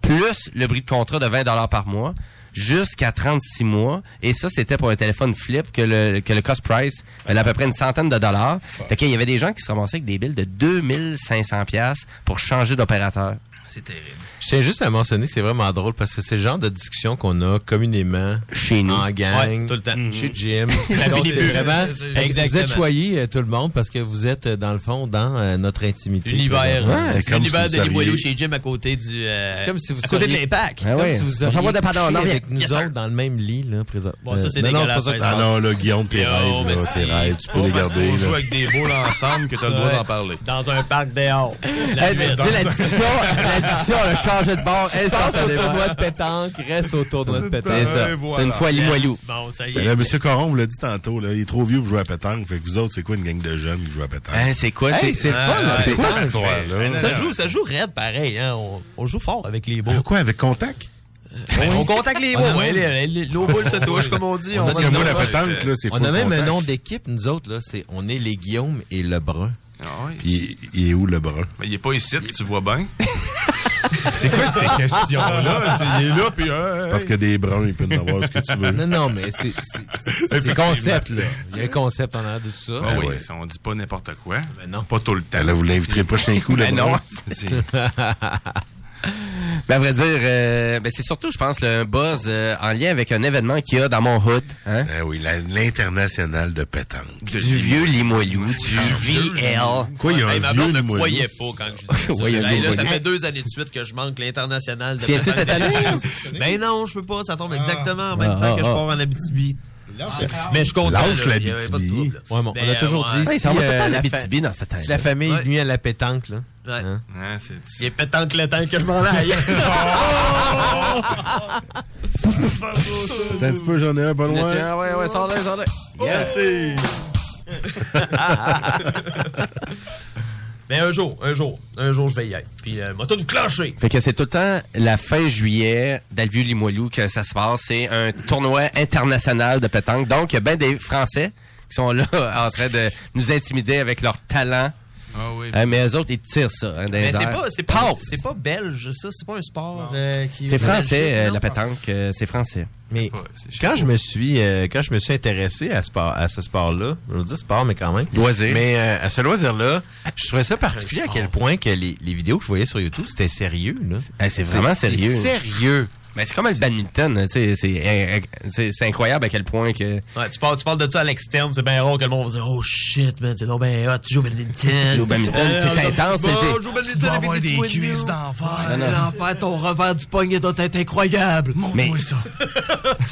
Speaker 3: plus le prix de contrat de 20 dollars par mois jusqu'à 36 mois et ça c'était pour un téléphone flip que le que le cost price valait à peu près une centaine de dollars. Fait qu'il y avait des gens qui se ramassaient avec des billes de 2500 pièces pour changer d'opérateur.
Speaker 13: c'est terrible.
Speaker 4: Je tiens juste à mentionner, c'est vraiment drôle parce que c'est le genre de discussion qu'on a communément
Speaker 3: chez
Speaker 4: nous. En gang,
Speaker 7: Ouais, tout le temps. Mhm.
Speaker 4: chez
Speaker 7: [LAUGHS]
Speaker 4: Jim.
Speaker 7: La
Speaker 4: Mm-hmm. Donc,
Speaker 7: vie
Speaker 4: c'est
Speaker 7: des bulles.
Speaker 4: vraiment,
Speaker 7: C'est-
Speaker 4: fait que vous
Speaker 7: Exactement.
Speaker 4: êtes choyés, euh, tout le monde, parce que vous êtes, euh, dans le fond, dans euh, notre intimité.
Speaker 7: L'univers,
Speaker 4: présentement.
Speaker 7: c'est l'univers de Limoilou chez Jim à côté du. euh,
Speaker 4: C'est comme si vous
Speaker 7: à côté de
Speaker 4: seriez-
Speaker 7: l'impact.
Speaker 3: Ben
Speaker 4: C'est comme si vous
Speaker 7: On s'en va
Speaker 4: auriez
Speaker 7: de Padon,
Speaker 4: couché
Speaker 7: non, viens.
Speaker 4: avec nous
Speaker 7: Yes, sir.
Speaker 4: autres dans le même lit, là, présent.
Speaker 7: Bon, ça, c'est
Speaker 4: Euh, non, non,
Speaker 7: dégueulasse,
Speaker 4: pas ça que
Speaker 7: par
Speaker 4: tu
Speaker 7: exemple.
Speaker 4: parles.
Speaker 2: Ah non, là, Guillaume, tes
Speaker 7: Yo,
Speaker 2: rêves, là,
Speaker 7: mais
Speaker 2: tes
Speaker 7: si.
Speaker 2: rêves, tu peux les
Speaker 6: Oh, parce
Speaker 2: garder,
Speaker 6: qu'on joue
Speaker 2: là.
Speaker 6: avec des [LAUGHS] boules ensemble que t'as le droit
Speaker 7: Ouais.
Speaker 6: d'en parler.
Speaker 7: Euh, Dans un parc [LAUGHS] dehors.
Speaker 3: Hey, tu sais, la discussion, [LAUGHS] la discussion, elle a changé de bord
Speaker 4: Passe au tournoi
Speaker 3: instantanément.
Speaker 4: de pétanque, reste au tournoi de pétanque.
Speaker 3: C'est ça. C'est une fois à Limoilou.
Speaker 7: Bon, ça y
Speaker 2: Ben, là, Monsieur Coron vous l'a dit tantôt, là, il est trop vieux pour jouer à pétanque. Fait que vous autres, c'est quoi une gang de jeunes qui jouent à pétanque?
Speaker 3: Hein, c'est quoi, Hey, c'est- c'est
Speaker 7: Ah,
Speaker 2: fun,
Speaker 7: ouais,
Speaker 2: c'est quoi,
Speaker 7: ça,
Speaker 2: cette affaire-là?
Speaker 7: Ça joue, ça joue raide pareil, hein. On, on joue fort avec les beaux.
Speaker 2: Ah, Quoi, avec contact?
Speaker 7: Ben, on contacte les beaux.
Speaker 4: On a
Speaker 7: ouais,
Speaker 4: même-
Speaker 7: les- les- Nos boules se touchent, comme on dit.
Speaker 4: a
Speaker 7: va
Speaker 4: des
Speaker 7: dans-
Speaker 4: noms, là,
Speaker 2: pétanque, là, c'est
Speaker 4: On
Speaker 2: full
Speaker 4: a même un
Speaker 2: contact.
Speaker 4: nom d'équipe, nous autres, là. C'est, on est les Guillaume et Lebrun.
Speaker 2: Puis il il est où le brun?
Speaker 6: Ah Mais il est pas ici, tu vois [LAUGHS] bien. Ah
Speaker 2: C'est quoi
Speaker 6: cette question-là? C'est- il est là, puis, euh,
Speaker 2: Parce que des bruns, il peut en avoir ce que tu veux.
Speaker 4: Non, non, mais c'est, c'est, c'est, c'est concept, là. Il y a un concept en arrière de tout ça.
Speaker 6: Ah oui, ça, on dit pas n'importe quoi.
Speaker 4: non.
Speaker 6: Pas tout le temps.
Speaker 2: Ben Là, vous l'inviterez pas chez un coup, le
Speaker 6: Ben [LAUGHS]
Speaker 2: brun.
Speaker 6: non.
Speaker 3: Ben, à vrai dire, euh, ben, c'est surtout, je pense, le buzz euh, en lien avec un événement qu'il y a dans mon hood. Hein?
Speaker 2: Ah oui, la- l'international de pétanque.
Speaker 3: Du vieux Limoilou, du VL.
Speaker 2: Quoi, il y a
Speaker 4: ben,
Speaker 7: Hey,
Speaker 2: un
Speaker 7: ma
Speaker 2: vieux
Speaker 7: blonde ne
Speaker 2: Limoilou?
Speaker 7: croyait pas quand je disais ça.
Speaker 2: Ouais, il y
Speaker 7: Hey,
Speaker 2: a un vieux
Speaker 3: Ben,
Speaker 7: Ben, là, ça
Speaker 2: Limoilou.
Speaker 7: fait deux années de suite que je manque l'international. de
Speaker 3: Viens-tu
Speaker 7: Batman.
Speaker 3: cette année?
Speaker 7: Ben non, je peux pas. Ça tombe exactement en même
Speaker 3: Ah,
Speaker 7: temps que
Speaker 3: ah,
Speaker 7: je
Speaker 3: ah.
Speaker 7: pars en Abitibi.
Speaker 4: Ah,
Speaker 7: Mais je suis content.
Speaker 4: Lâche
Speaker 7: là,
Speaker 4: la
Speaker 7: il y avait pas de
Speaker 4: BTB.
Speaker 7: trouble.
Speaker 4: Ouais, bon, on
Speaker 7: Ben,
Speaker 4: a toujours
Speaker 7: ouais.
Speaker 4: dit
Speaker 3: Ouais,
Speaker 4: si,
Speaker 3: ça va tout le temps à la
Speaker 4: la fa-
Speaker 3: BTB dans cette année.
Speaker 4: si la famille
Speaker 7: Ouais.
Speaker 4: nuit à la pétanque, là.
Speaker 7: Ouais.
Speaker 4: Hein?
Speaker 7: Il est pétanque le temps que je m'en aille.
Speaker 4: [LAUGHS]
Speaker 2: Attends un petit peu, j'en ai un pas
Speaker 3: Le
Speaker 2: loin.
Speaker 3: tien, ouais, ouais, sors-le, sors-le.
Speaker 7: Merci. Mais un jour, un jour, un jour, je vais y aller. Puis, euh, m'a tout clenché.
Speaker 3: Fait que c'est tout le temps la fin juillet d'Alvieux Limoilou que ça se passe. C'est un tournoi international de pétanque. Donc, il y a bien des Français qui sont là [LAUGHS] en train de nous intimider avec leur talent.
Speaker 6: Ah oui.
Speaker 3: Hein, mais eux autres, ils tirent ça. hein, dans
Speaker 7: Mais
Speaker 3: les
Speaker 7: c'est
Speaker 3: airs.
Speaker 7: pas, c'est pas,
Speaker 3: Paf!
Speaker 7: c'est pas belge, ça. C'est pas un sport euh, qui.
Speaker 3: C'est
Speaker 7: belge,
Speaker 3: français, euh,
Speaker 7: non?
Speaker 3: la pétanque. euh, c'est français.
Speaker 4: Mais quand je me suis euh, quand je me suis intéressé à, sport, à ce sport-là, je veux dire sport, mais quand même.
Speaker 3: Loisir.
Speaker 4: Mais euh, à ce loisir-là, je trouvais ça particulier à quel point que les, les vidéos que je voyais sur YouTube, c'était sérieux. là.
Speaker 3: Eh, c'est vraiment sérieux.
Speaker 4: c'est Sérieux.
Speaker 3: Mais c'est comme le badminton. hein, tu sais, C'est c'est- c'est incroyable à quel point que.
Speaker 7: Ouais, tu parles, tu parles de ça à l'externe, c'est bien rare que le monde va dire Oh shit, man, t'es donc ben hot, tu joues au badminton.
Speaker 3: Tu joues au badminton,
Speaker 7: Euh,
Speaker 3: c'est intense, c'est-
Speaker 7: Je joue au badminton avec des petits cuisses d'enfer. C'est l'enfer, ton revers du poignet doit être incroyable.
Speaker 3: Mais-
Speaker 7: ça.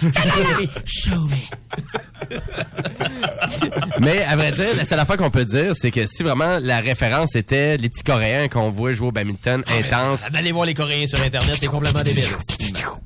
Speaker 7: Show me, [LAUGHS] show me.
Speaker 3: Mais à vrai dire, la seule affaire qu'on peut dire, c'est que si vraiment la référence était les petits Coréens qu'on voit jouer au badminton intense,
Speaker 7: Ah, ben, Allez voir les Coréens sur Internet, c'est complètement débile.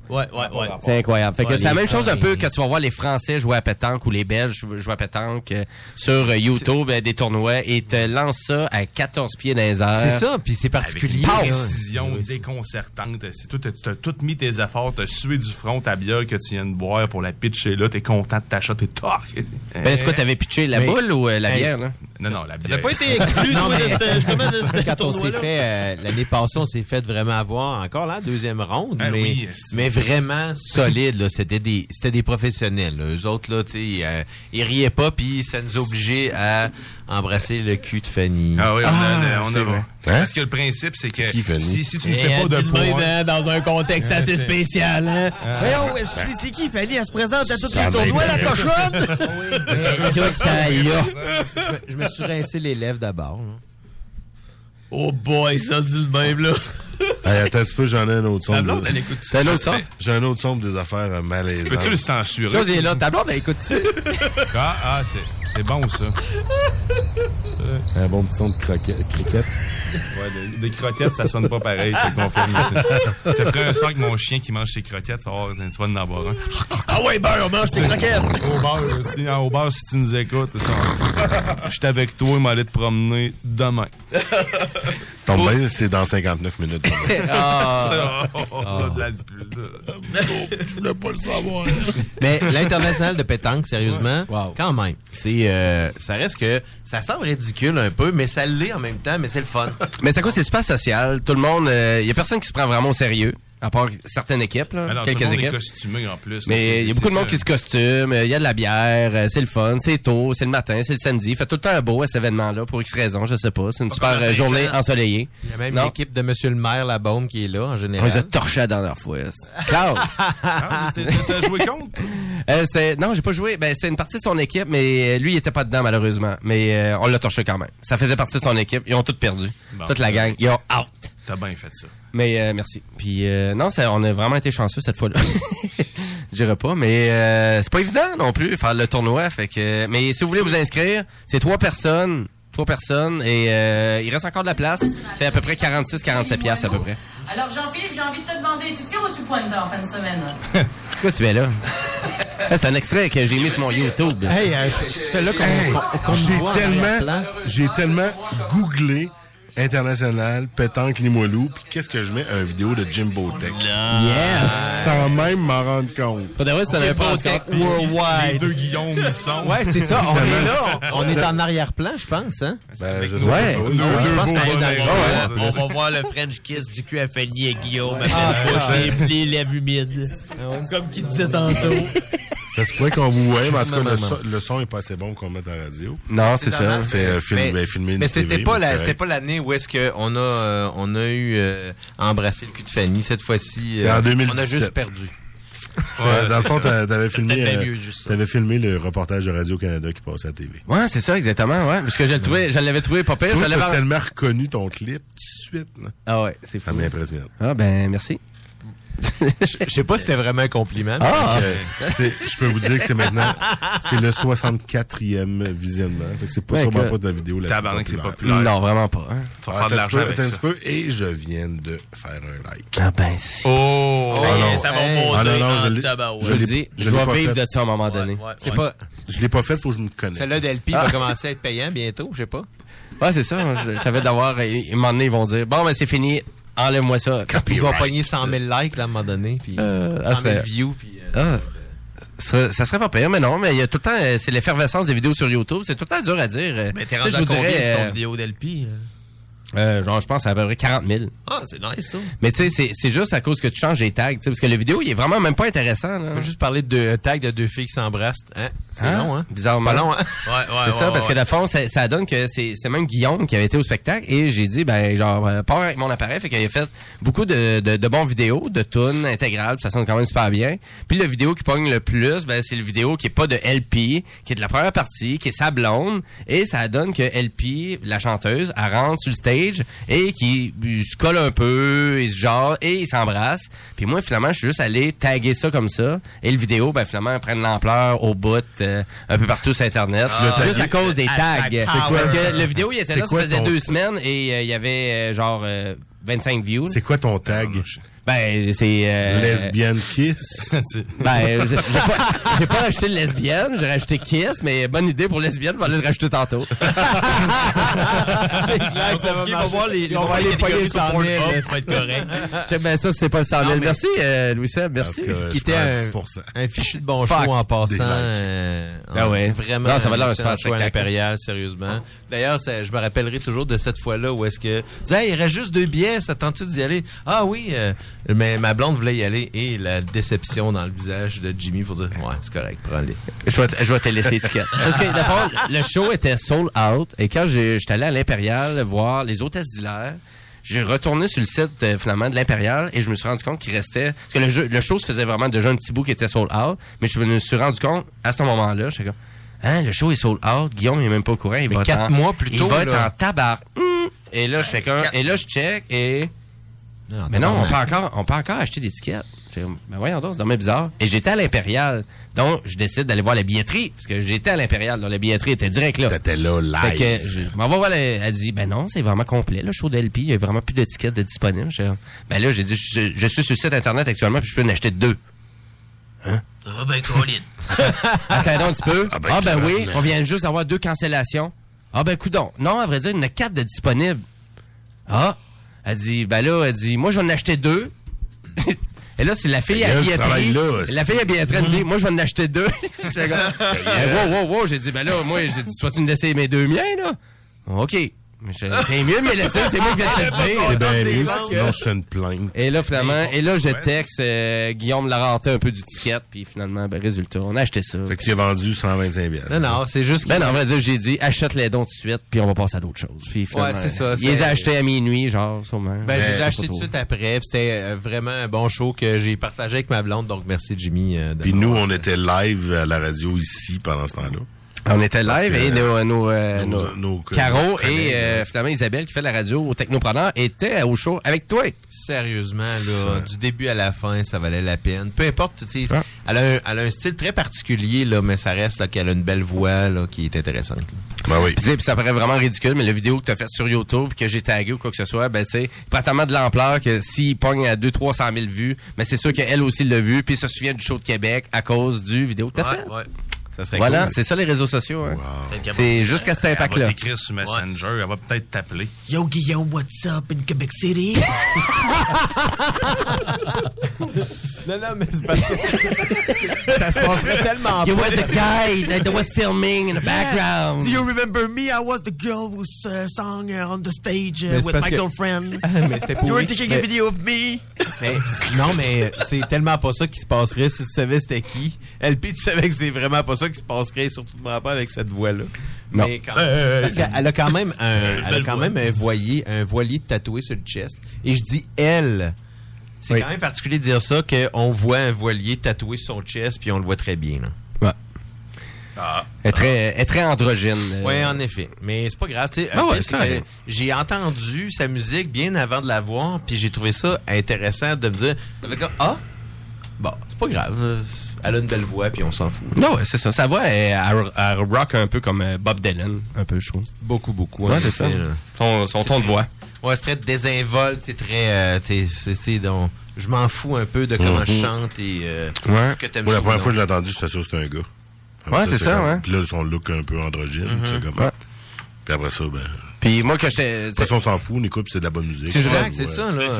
Speaker 7: Ouais, ouais, ouais.
Speaker 3: C'est incroyable. Fait que
Speaker 7: Ouais,
Speaker 3: c'est la
Speaker 7: les
Speaker 3: même chose un
Speaker 7: Coréens.
Speaker 3: peu que tu vas voir les Français jouer à pétanque ou les Belges jouer à pétanque euh, sur euh, YouTube euh, des tournois et te lancent ça à 14 pieds dans les airs.
Speaker 4: C'est ça, puis c'est particulier.
Speaker 6: Avec
Speaker 4: là.
Speaker 6: une décision déconcertante. C'est tout, t'as- t'as tout mis tes efforts, t'as sué du front ta bière que tu viens de boire pour la pitcher là, t'es content de ta shot, t'es torque.
Speaker 3: Ben, c'est quoi, t'avais pitché la
Speaker 6: Mais-
Speaker 3: boule ou euh, la
Speaker 6: Hey.
Speaker 3: bière, là?
Speaker 6: Non, non, la bière.
Speaker 7: T'avais pas été exclu,
Speaker 4: Non,
Speaker 7: toi, de
Speaker 4: mais-
Speaker 7: ce- [LAUGHS] justement, de ce
Speaker 4: Quand on s'est
Speaker 7: tournoi-là.
Speaker 4: fait euh, l'année passée, on s'est fait vraiment avoir encore là, deuxième ronde,
Speaker 6: Ah
Speaker 4: mais,
Speaker 6: oui, c'est-
Speaker 4: mais vraiment solide. là. C'était des c'était des professionnels. Les Eux autres là, tu sais, euh, ils riaient pas, puis ça nous obligeait à embrasser le cul de Fanny.
Speaker 6: Ah oui, on a,
Speaker 4: Ah,
Speaker 6: on a-
Speaker 4: c'est vrai.
Speaker 6: Hein? Parce que le principe, c'est que
Speaker 4: Qui, Fanny?
Speaker 6: si, si tu ne
Speaker 7: Eh,
Speaker 4: Et
Speaker 6: fais pas de
Speaker 7: Adil Maïdan,
Speaker 6: points,
Speaker 7: euh, ben, dans un contexte
Speaker 6: Ouais,
Speaker 7: assez
Speaker 6: c'est-
Speaker 7: spécial, hein?
Speaker 6: Ah.
Speaker 7: Voyons, c'est- c'est qui, Fanny? Elle se présente à tous
Speaker 4: Ça
Speaker 7: les tournois, la
Speaker 4: m'intéresse.
Speaker 6: [LAUGHS]
Speaker 7: cochonne?
Speaker 4: Je me- Je me suis rincé les lèvres d'abord.
Speaker 7: hein.
Speaker 4: là.
Speaker 7: Oh boy, ça dit le même, là.
Speaker 2: Hey, attends un petit peu, j'en ai un autre
Speaker 7: Ta
Speaker 2: sombre.
Speaker 7: blonde,
Speaker 2: là.
Speaker 7: elle écoute ça. T'as un autre sombre?
Speaker 2: J'ai un autre sombre des affaires euh, malaisantes.
Speaker 6: Peux-tu le censurer?
Speaker 3: José est là, ta blonde, elle
Speaker 6: [LAUGHS]
Speaker 3: écoute-tu?
Speaker 6: Ah, ah, c'est, c'est bon ça.
Speaker 2: [LAUGHS] Un bon petit son de croquette. criquette.
Speaker 6: Ouais, des, des croquettes, ça sonne pas pareil. Je te confirme. Je te ferai un sang avec mon chien qui mange ses croquettes. Oh, ça va, Tu vas en avoir un.
Speaker 7: Ah ouais, beurre, on mange tes croquettes!
Speaker 6: hein. Au bar, si, au bar, si tu nous écoutes, ça, je suis avec toi, il m'allait te promener demain.
Speaker 2: Tombe bien, c'est dans 59 minutes.
Speaker 6: Ah.
Speaker 2: Je voulais pas le savoir.
Speaker 4: Mais l'international de pétanque, sérieusement, quand même, c'est euh, ça reste que ça semble ridicule un peu, mais ça l'est en même temps, mais c'est le fun.
Speaker 3: euh, Mais c'est quoi, c'est super social. Tout le monde, il y a personne qui se prend vraiment au sérieux. À part certaines équipes, là,
Speaker 6: Ah non, tout
Speaker 3: quelques
Speaker 6: le monde est
Speaker 3: équipes.
Speaker 6: costumé, en plus, là,
Speaker 3: Mais
Speaker 6: c'est-
Speaker 3: il y a
Speaker 6: c'est
Speaker 3: beaucoup de
Speaker 6: ça.
Speaker 3: monde qui se costume, euh, il y a de la bière, euh, c'est le fun, c'est tôt, c'est le matin, c'est le samedi. Il fait tout le temps beau à cet événement-là, pour X raison, je sais pas. C'est une super
Speaker 4: comme à
Speaker 3: euh, journée
Speaker 4: Saint-Jean.
Speaker 3: ensoleillée.
Speaker 4: Il y a même
Speaker 3: Non. Ah,
Speaker 4: l'équipe de Monsieur le maire Labaume qui est là, en
Speaker 3: On
Speaker 4: général.
Speaker 3: les a torchés à la dernière fois. Claude!
Speaker 6: Ah, T'as joué contre?
Speaker 3: Euh, c'était- non, j'ai pas joué. Ben, c'est une partie de son équipe, mais euh, lui, il était pas dedans, malheureusement. Mais euh, on l'a torché quand même. Ça faisait partie de son équipe. Ils ont tout perdu.
Speaker 6: Bon.
Speaker 3: Toute la gang. Ils ont out.
Speaker 6: T'as bien fait ça.
Speaker 3: Mais euh, merci. Puis euh, non, ça- on a vraiment été chanceux cette fois-là. [LAUGHS] Je dirais pas, mais euh, c'est pas évident non plus faire le tournoi. Fait que, mais si vous voulez vous inscrire, c'est trois personnes, trois personnes, et euh, il reste encore de la place. C'est à peu près 46-47 piastres à peu près.
Speaker 13: Alors, Jean-Philippe, j'ai envie de te demander, tu tires ou tu pointes en fin de semaine?
Speaker 3: Pourquoi tu es là? Ah, [LAUGHS] c'est un extrait que j'ai mis sur mon YouTube.
Speaker 4: Hey, euh,
Speaker 2: Hey, j'ai tellement, j'ai tellement googlé international pétanque Limoilou puis qu'est-ce que je mets un vidéo de Jimbo Tech.
Speaker 3: Yes.
Speaker 2: Sans même m'en rendre compte.
Speaker 3: Faudrait voir si t'en avais pas
Speaker 2: Jimbo Tech
Speaker 3: encore. Worldwide.
Speaker 6: Les deux Guillaume, ils sont.
Speaker 4: Ouais, c'est ça. On est là. On on est
Speaker 2: Finalement.
Speaker 4: en arrière-plan, je pense. Hein?
Speaker 3: Euh,
Speaker 2: Ben, je
Speaker 4: Ouais.
Speaker 2: Nos
Speaker 4: Ouais, je
Speaker 2: deux
Speaker 4: pense
Speaker 2: beaux
Speaker 4: qu'on est dans le
Speaker 2: bonhommes. Ah
Speaker 4: bon,
Speaker 2: Ouais,
Speaker 4: là.
Speaker 2: ouais.
Speaker 7: On va voir le French Kiss du cul à Fanny et Guillaume. Avec
Speaker 4: Ah,
Speaker 7: la bouche,
Speaker 4: ah,
Speaker 7: les plis, lèvres humides. Comme qui disait tantôt.
Speaker 2: Ça se pourrait qu'on vous voit, mais en tout cas,
Speaker 4: Non,
Speaker 2: le,
Speaker 4: non,
Speaker 2: so- le son est pas assez bon qu'on mette à la radio.
Speaker 3: Non,
Speaker 2: C'est euh, film-
Speaker 4: mais,
Speaker 2: ben, filmé. une
Speaker 4: mais c'était
Speaker 2: TV,
Speaker 4: pas
Speaker 2: mais
Speaker 4: la-
Speaker 2: c'est
Speaker 4: c'était pas l'année où est-ce que on a euh, on a eu euh, embrassé le cul de Fanny cette fois-ci. euh,
Speaker 2: C'était en
Speaker 4: On a
Speaker 2: 2017.
Speaker 4: juste perdu.
Speaker 2: correct. Ouais, Euh, dans le fond, t'a- t'avais filmé,
Speaker 4: Peut-être bien
Speaker 2: euh,
Speaker 4: mieux, juste ça.
Speaker 2: t'avais filmé le reportage de Radio-Canada qui passait à la TV.
Speaker 3: Ouais, c'est ça, exactement, ouais. Parce que je le trouvais, je l'avais trouvé pas pire.
Speaker 2: Toi,
Speaker 3: je l'avais-
Speaker 2: t'as tellement reconnu ton clip tout de suite. là.
Speaker 3: Ah ouais, c'est fou.
Speaker 2: Ça m'impressionne.
Speaker 3: Ah ben, merci.
Speaker 4: Je sais pas si c'était vraiment un compliment. mais-
Speaker 3: Ah!
Speaker 2: Donc, euh, c'est- Je peux vous dire que c'est maintenant, c'est le 64e visionnement. Fait que c'est pas
Speaker 3: Ben,
Speaker 2: sûrement
Speaker 3: que-
Speaker 2: pas de la vidéo la plus
Speaker 6: Tabarnak, c'est
Speaker 2: populaire.
Speaker 6: populaire.
Speaker 3: Non, vraiment pas. hein.
Speaker 6: Tu vas faire de
Speaker 2: Attends un
Speaker 6: l'argent
Speaker 2: peu,
Speaker 6: avec
Speaker 2: attends
Speaker 6: ça.
Speaker 2: un peu, et je viens de faire un like.
Speaker 3: Ah ben si.
Speaker 6: Oh!
Speaker 2: Ah non.
Speaker 7: ça va
Speaker 2: Hey.
Speaker 7: monter
Speaker 2: Ah non, non,
Speaker 7: en
Speaker 2: je l'ai-
Speaker 7: tabarouette.
Speaker 2: je
Speaker 3: Je
Speaker 2: l'ai-
Speaker 3: le dis, je,
Speaker 2: je l'ai pas
Speaker 3: vais vivre
Speaker 2: fait.
Speaker 3: de ça à un moment donné.
Speaker 4: C'est pas
Speaker 2: Je l'ai pas fait, faut que je me connaisse.
Speaker 4: celle-là d'Elpi
Speaker 3: Ah.
Speaker 4: va commencer à être payant bientôt, je sais pas.
Speaker 3: Ouais, c'est ça. hein, Je, je savais d'avoir. Un moment donné, ils vont dire Bon, ben, c'est fini. Enlève-moi ça.
Speaker 4: Il va pogner 100 000 likes là, à un moment donné, puis
Speaker 3: Euh, ah,
Speaker 4: 100 000
Speaker 3: c'est-
Speaker 4: views, puis euh,
Speaker 3: Ah. Ça, ça serait pas pire, mais non, mais il y a tout le temps, euh, c'est l'effervescence des vidéos sur YouTube, c'est tout le temps dur à dire. euh.
Speaker 4: ben,
Speaker 7: Mais t'es
Speaker 3: Tu sais,
Speaker 7: rendu
Speaker 3: je
Speaker 7: à
Speaker 3: vous
Speaker 7: combien
Speaker 3: dirais,
Speaker 7: sur ton
Speaker 3: euh,
Speaker 7: vidéo d'Elpi?
Speaker 3: euh, genre, je pense à à peu près 40 000.
Speaker 7: Ah, c'est nice, ça.
Speaker 3: Mais tu sais, c'est- c'est juste à cause que tu changes les tags, tu sais, parce que la vidéo, il est vraiment même pas intéressant. Là.
Speaker 4: on peut juste parler de euh, tag de deux filles qui s'embrassent. Hein? C'est
Speaker 3: Hein?
Speaker 4: long, hein?
Speaker 3: Bizarrement.
Speaker 4: C'est pas long, hein?
Speaker 3: c'est ça, parce que dans le fond, ça, ça donne que c'est c'est même Guillaume qui avait été au spectacle et j'ai dit, ben, genre, euh, pars avec mon appareil, fait qu'il a fait beaucoup de, de, de bons vidéos, de tunes intégrales, puis ça sonne quand même super bien. Puis le vidéo qui pogne le plus, ben, c'est le vidéo qui est pas de LP, qui est de la première partie, qui est sa blonde, et ça donne que LP, la chanteuse, elle rentre sur le stage et qui il se colle un peu, il se genre et il s'embrasse. Puis moi, finalement, je suis juste allé taguer ça comme ça, et le vidéo, ben, finalement, prend de l'ampleur au bout, euh, un peu partout sur Internet.
Speaker 2: Tu l'as
Speaker 3: Juste
Speaker 2: tagué?
Speaker 3: à cause des tags.
Speaker 2: Hashtag power.
Speaker 3: Parce que le vidéo, il était
Speaker 2: C'est
Speaker 3: là, ça
Speaker 2: quoi
Speaker 3: faisait
Speaker 2: ton-
Speaker 3: deux semaines et euh, il y avait euh, genre euh, 25 views.
Speaker 2: C'est quoi ton tag?
Speaker 3: Ben, c'est... euh,
Speaker 2: Lesbian
Speaker 3: [LAUGHS]
Speaker 2: Kiss?
Speaker 3: Ben, j'ai j'ai pas, j'ai pas acheté le lesbienne, j'ai rajouté Kiss, mais bonne idée pour lesbienne, on va le rajouter [LAUGHS] tantôt.
Speaker 4: C'est clair, ça va
Speaker 7: Il Ah, va voir les.
Speaker 4: marcher. On va aller pogner 100 000.
Speaker 7: Ça va être correct.
Speaker 3: Ok, ben ça, c'est pas le 100 000.
Speaker 4: Non, mais-
Speaker 3: Merci, euh, Louis-Seb, merci.
Speaker 4: Qui était un, un fichu de bon show
Speaker 3: Fuck.
Speaker 4: en
Speaker 3: Des
Speaker 4: passant.
Speaker 3: likes.
Speaker 4: euh,
Speaker 3: Ah
Speaker 4: en-
Speaker 3: ouais.
Speaker 4: Vraiment.
Speaker 3: Non, ça va l'air un
Speaker 4: excellent
Speaker 3: super
Speaker 4: show à
Speaker 3: spectacle.
Speaker 4: impérial, sérieusement. D'ailleurs, ça- je me rappellerai toujours de cette fois-là où est-ce que. je disais, Hey, il reste juste deux billets, ça te tente-tu d'y aller? Ah oui, euh, mais ma blonde voulait y aller et la déception dans le visage de Jimmy pour dire, ouais, c'est correct, prends-les.
Speaker 3: Je vais, te- je vais te laisser étiquette. Parce que, d'abord, le show était sold out. Et quand j'ai- j'étais allé à l'Impérial voir les hôtesses d'hilaire, j'ai retourné sur le site, euh, finalement, de l'Impérial et je me suis rendu compte qu'il restait... Parce que le, jeu- le show se faisait vraiment déjà un petit bout qui était sold out. Mais je me suis rendu compte, à ce moment-là, j'étais comme... Hein, le show est sold out. Guillaume, il est même pas au courant. Il
Speaker 4: Mais
Speaker 3: va être
Speaker 4: quatre
Speaker 3: en-
Speaker 4: mois plus tôt,
Speaker 3: Il va être
Speaker 4: là.
Speaker 3: en tabar. Et là, je fais comme... Et là, je check et... Mais non, on peut encore, on peut encore acheter des tickets. J'ai dit, Ben voyons donc, c'est dommage bizarre. Et j'étais à l'Impérial. Donc, je décide d'aller voir la billetterie. Parce que j'étais à l'Impérial. Donc, la billetterie était direct là.
Speaker 2: T'étais là,
Speaker 3: Fait
Speaker 2: live.
Speaker 3: que, je m'en vais voir, la- elle dit, ben non, c'est vraiment complet, le show d'LP. Il y a vraiment plus de tickets de disponibles. J'ai dit, Ben là, j'ai dit, je, je suis sur le site Internet actuellement, puis je peux en acheter deux. Hein?
Speaker 7: Ah, ben, Colin.
Speaker 3: Attends donc un petit peu. Ah
Speaker 2: Ah
Speaker 3: ben,
Speaker 2: ben, clairement.
Speaker 3: oui, on vient juste d'avoir deux cancellations. Ah ben coudon. Non, à vrai dire, il y en a quatre de disponibles. Ah, elle dit ben là, elle dit moi j'en ai acheté deux. Et là, c'est la fille
Speaker 2: Ta
Speaker 3: à
Speaker 2: gueule,
Speaker 3: billetterie.
Speaker 2: travaille là, Mhm.
Speaker 3: la fille à billetterie elle me dit, moi, je Euh, vais en acheter deux. [LAUGHS]
Speaker 2: [LAUGHS]
Speaker 3: J'étais comme, hey, wow, wow, wow. J'ai dit, ben là, moi, j'ai dit, sois-tu me laisser mes deux miens, là? OK. Mais je- C'est mieux de me laisser, c'est moi qui viens
Speaker 2: [LAUGHS]
Speaker 3: de te le dire.
Speaker 2: C'est bien mieux, sinon ben, je fais une plainte.
Speaker 3: Et là, finalement, et là, je texte euh, Guillaume Larentin un peu du ticket, puis finalement, ben, résultat, on a acheté ça.
Speaker 2: Fait que tu as vendu 125 pièces.
Speaker 3: Non, non, c'est juste Ben, non, on va dire, j'ai dit, achète les dons tout de suite, puis on va passer à d'autres choses. Puis finalement,
Speaker 4: Ouais, c'est ça,
Speaker 3: Il les
Speaker 4: c'est-
Speaker 3: a achetés à minuit, genre, sûrement.
Speaker 4: Ben, je
Speaker 3: Mais
Speaker 4: les ai
Speaker 3: pas
Speaker 4: achetés
Speaker 3: trop.
Speaker 4: tout de suite après. puis C'était euh, vraiment un bon show que j'ai partagé avec ma blonde. Donc, merci, Jimmy. euh, de
Speaker 2: Puis
Speaker 4: m'avoir-
Speaker 2: nous, on était live à la radio ici pendant ce temps-là.
Speaker 3: On était
Speaker 2: Parce
Speaker 3: live
Speaker 2: que-
Speaker 3: et nos, nos, euh,
Speaker 2: nos-
Speaker 3: nos-
Speaker 2: nos- nos
Speaker 3: Caro
Speaker 2: collègues,
Speaker 3: et euh, finalement Isabelle qui fait la radio au Technopreneur étaient au show avec toi.
Speaker 4: Sérieusement, là, du début à la fin, ça valait la peine. Peu importe, tu sais, elle, a un- elle a un style très particulier, là, mais ça reste là, qu'elle a une belle voix là, qui est intéressante. là.
Speaker 2: Ben
Speaker 3: Puis, tu sais, puis ça paraît vraiment ridicule, mais la vidéo que t'as faite sur YouTube, que j'ai tagué ou quoi que ce soit, ben, tu sais, prend tellement de l'ampleur que s'il pogne à 200-300 000 vues, mais c'est sûr qu'elle aussi l'a vu, puis elle se souvient du show de Québec à cause du vidéo que t'as fait.
Speaker 4: Ça
Speaker 6: serait
Speaker 3: voilà,
Speaker 6: cool.
Speaker 3: c'est ça les réseaux sociaux. hein.
Speaker 6: Peut-être qu'elle
Speaker 3: C'est
Speaker 6: va-
Speaker 3: jusqu'à cet
Speaker 6: Elle
Speaker 3: impact-là.
Speaker 6: va t'écrire sur Messenger, elle va peut-être t'appeler.
Speaker 7: Yo, Guillaume, what's up in Quebec City?
Speaker 4: Non, non, mais c'est parce que ça se passerait tellement
Speaker 15: You
Speaker 4: pas,
Speaker 15: were the
Speaker 4: ça se-
Speaker 15: guy
Speaker 3: that was filming in the background.
Speaker 15: Do you remember me? I was the girl who uh, sang uh, on the stage
Speaker 4: Mais
Speaker 15: uh,
Speaker 4: c'est
Speaker 15: with
Speaker 4: parce
Speaker 15: my
Speaker 4: que-
Speaker 15: girlfriend.
Speaker 4: Mais c'était pour
Speaker 15: you were
Speaker 4: lui,
Speaker 15: taking a
Speaker 4: mais-
Speaker 15: video of me.
Speaker 4: Mais, non, mais euh, c'est tellement pas ça qui se passerait si tu savais c'était qui. LP, tu savais que c'est vraiment pas ça qui se passerait, surtout pas avec cette voix-là.
Speaker 3: Non.
Speaker 4: Mais quand
Speaker 3: Euh,
Speaker 4: parce qu'elle a quand même un,
Speaker 3: Une
Speaker 4: elle a
Speaker 3: [LAUGHS] belle
Speaker 4: quand
Speaker 3: voix.
Speaker 4: même un voilier, un voilier tatoué sur le chest. Et je dis elle. C'est
Speaker 3: Oui.
Speaker 4: quand même particulier de dire ça qu'on voit un voilier tatoué sur son chest puis on le voit très bien. Là.
Speaker 3: Ouais.
Speaker 2: Ah.
Speaker 3: Elle est très, elle est très androgyne. euh.
Speaker 4: Oui, en effet. Mais c'est pas grave. tu sais, euh,
Speaker 3: Ah ouais,
Speaker 4: parce
Speaker 3: c'est
Speaker 4: que
Speaker 3: correct.
Speaker 4: J'ai entendu sa musique bien avant de la voir, puis j'ai trouvé ça intéressant de me dire j'avais comme, Ah, bon, c'est pas grave. euh, Elle a une belle voix, puis on s'en fout.
Speaker 3: Non, ouais, c'est ça. Sa voix, elle, elle- elle rock un peu comme euh, Bob Dylan, un peu, je trouve.
Speaker 4: Beaucoup, beaucoup.
Speaker 3: Ouais,
Speaker 4: en
Speaker 3: c'est
Speaker 4: effet,
Speaker 3: ça.
Speaker 4: là.
Speaker 3: Son, son
Speaker 4: C'est
Speaker 3: ton de
Speaker 4: très-
Speaker 3: voix.
Speaker 4: Ouais, c'est très désinvolte, c'est très. euh, t'sais, c'est- c'est donc, je m'en fous un peu de comment
Speaker 2: Mhm.
Speaker 4: je chante et. euh, ce que t'aimes
Speaker 2: Moi, la
Speaker 4: ça ou non.
Speaker 2: première fois que je l'ai entendu, j'étais sûr que c'était un gars.
Speaker 3: Ouais, c'est ça,
Speaker 2: comme-
Speaker 3: ouais.
Speaker 2: Puis là, son look un peu androgyne,
Speaker 3: Mhm.
Speaker 2: tu sais, comme.
Speaker 3: Ouais.
Speaker 2: Puis après ça, ben.
Speaker 3: Puis moi, quand j'étais.
Speaker 2: Après ça, on s'en fout, on écoute, puis c'est de la bonne musique.
Speaker 3: C'est
Speaker 2: Ouais,
Speaker 3: vrai
Speaker 2: ouais.
Speaker 7: Je me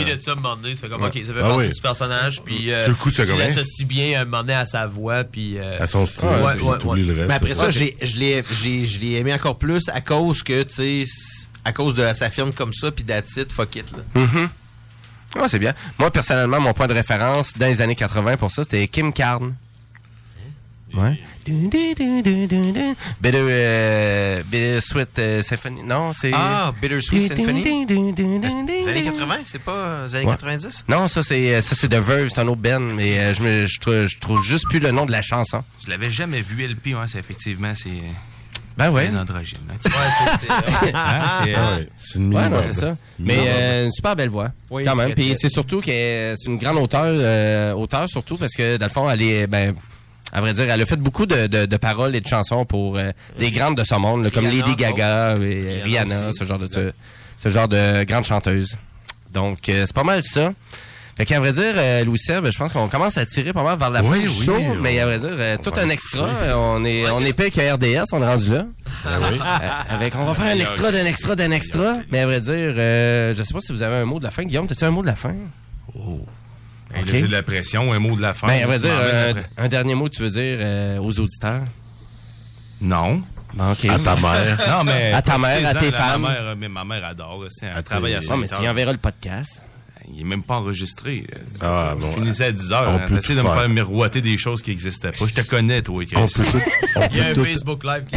Speaker 7: fie de ça, un moment donné. C'est comme,
Speaker 2: Ouais.
Speaker 7: OK, ça fait
Speaker 2: Ah
Speaker 7: partie
Speaker 2: oui.
Speaker 7: du personnage, puis euh,
Speaker 2: Sur le coup, c'est
Speaker 7: tu
Speaker 2: comme, hein?
Speaker 7: l'associes bien, un moment donné, à sa voix, puis... euh,
Speaker 2: À son style,
Speaker 7: ouais,
Speaker 2: c'est-
Speaker 7: ouais,
Speaker 2: t'oublies
Speaker 7: ouais.
Speaker 2: le reste.
Speaker 4: Mais après ça,
Speaker 7: Ouais,
Speaker 4: j'ai- je l'ai- j'ai- je l'ai aimé encore plus à cause que, tu sais, c- à cause de sa firme comme ça, puis d'attitude, fuck it, là.
Speaker 3: Mhm. Ouais, c'est bien. Moi, personnellement, mon point de référence dans les années 80 pour ça, c'était Kim Carn.
Speaker 4: Hein?
Speaker 3: Ouais. Du, du, du, du, du, du. Bitter, euh, Bittersweet euh, Symphony. Non, c'est.
Speaker 4: Ah, Bittersweet
Speaker 3: Du, du,
Speaker 4: Symphony.
Speaker 3: du, du, du, du, du.
Speaker 4: Les années 80, c'est pas euh, les années
Speaker 3: Ouais.
Speaker 4: 90?
Speaker 3: Non, ça, c'est euh, ça, c'est The Verve, c'est un autre band, mais euh, je, me, je, trou- je trouve juste plus le nom de la chanson.
Speaker 6: Je l'avais jamais vu, LP, ouais, c'est effectivement, c'est.
Speaker 3: Ben ouais.
Speaker 6: Les androgynes. hein. [LAUGHS]
Speaker 3: Ah,
Speaker 6: Hein, c'est. euh,
Speaker 3: ouais, non, c'est ça. Mais
Speaker 6: Non, non,
Speaker 3: euh, une super belle voix,
Speaker 6: Oui,
Speaker 3: quand même.
Speaker 6: très,
Speaker 3: Puis
Speaker 6: très.
Speaker 3: c'est surtout que c'est une grande auteure, euh, auteure surtout parce que dans le fond, elle est, ben, à vrai dire, elle a fait beaucoup de, de, de paroles et de chansons pour euh, des grandes de ce monde, là, comme
Speaker 4: Rihanna,
Speaker 3: Lady Gaga, et, euh,
Speaker 4: Rihanna
Speaker 3: Rihanna,
Speaker 4: aussi.
Speaker 3: ce genre de ce genre de grande chanteuse. Donc euh, c'est pas mal ça. Fait qu'à vrai dire, euh, Louis Serve, je pense qu'on commence à tirer pas mal vers la
Speaker 2: Oui,
Speaker 3: fin du
Speaker 2: oui,
Speaker 3: show,
Speaker 2: on-
Speaker 3: mais à vrai dire, euh, tout
Speaker 2: va
Speaker 3: un
Speaker 2: se
Speaker 3: extra.
Speaker 2: coucher.
Speaker 3: euh, On est, on est pire que RDS, on est rendu là.
Speaker 2: Ah oui.
Speaker 3: Euh, Avec, on va faire un extra d'un extra d'un extra. Mais à vrai dire, euh, je sais pas si vous avez un mot de la fin. Guillaume, t'as-tu un mot de la fin?
Speaker 6: Oh. Hey, là,
Speaker 3: Ok.
Speaker 6: J'ai de la pression, un mot de la fin.
Speaker 3: Ah Ben, à vrai
Speaker 6: Tu
Speaker 3: dire,
Speaker 6: m'emmènes
Speaker 3: euh,
Speaker 6: après.
Speaker 3: un, un dernier mot que tu veux dire euh, aux auditeurs?
Speaker 6: Non.
Speaker 3: OK.
Speaker 6: À ta mère. [LAUGHS] Non, mais.
Speaker 3: À ta mère, à
Speaker 6: profitez-en,
Speaker 3: tes
Speaker 6: là,
Speaker 3: femmes.
Speaker 6: Ma mère, euh, mais ma mère adore. là, c'est- Elle travaille à
Speaker 3: Non,
Speaker 6: ça.
Speaker 3: Ah, mais tu y enverras le podcast.
Speaker 6: Il n'est même pas enregistré.
Speaker 2: Ah,
Speaker 6: bon.
Speaker 2: bon.
Speaker 6: finissait à 10
Speaker 2: On
Speaker 6: heures.
Speaker 2: peut
Speaker 6: On essaie
Speaker 2: tout
Speaker 6: de me
Speaker 2: faire.
Speaker 6: faire miroiter des choses qui n'existaient pas. Je te connais, toi, Chris.
Speaker 2: On peut tout- on
Speaker 7: Il y a
Speaker 6: peut
Speaker 7: un
Speaker 6: tout-
Speaker 7: Facebook Live qui...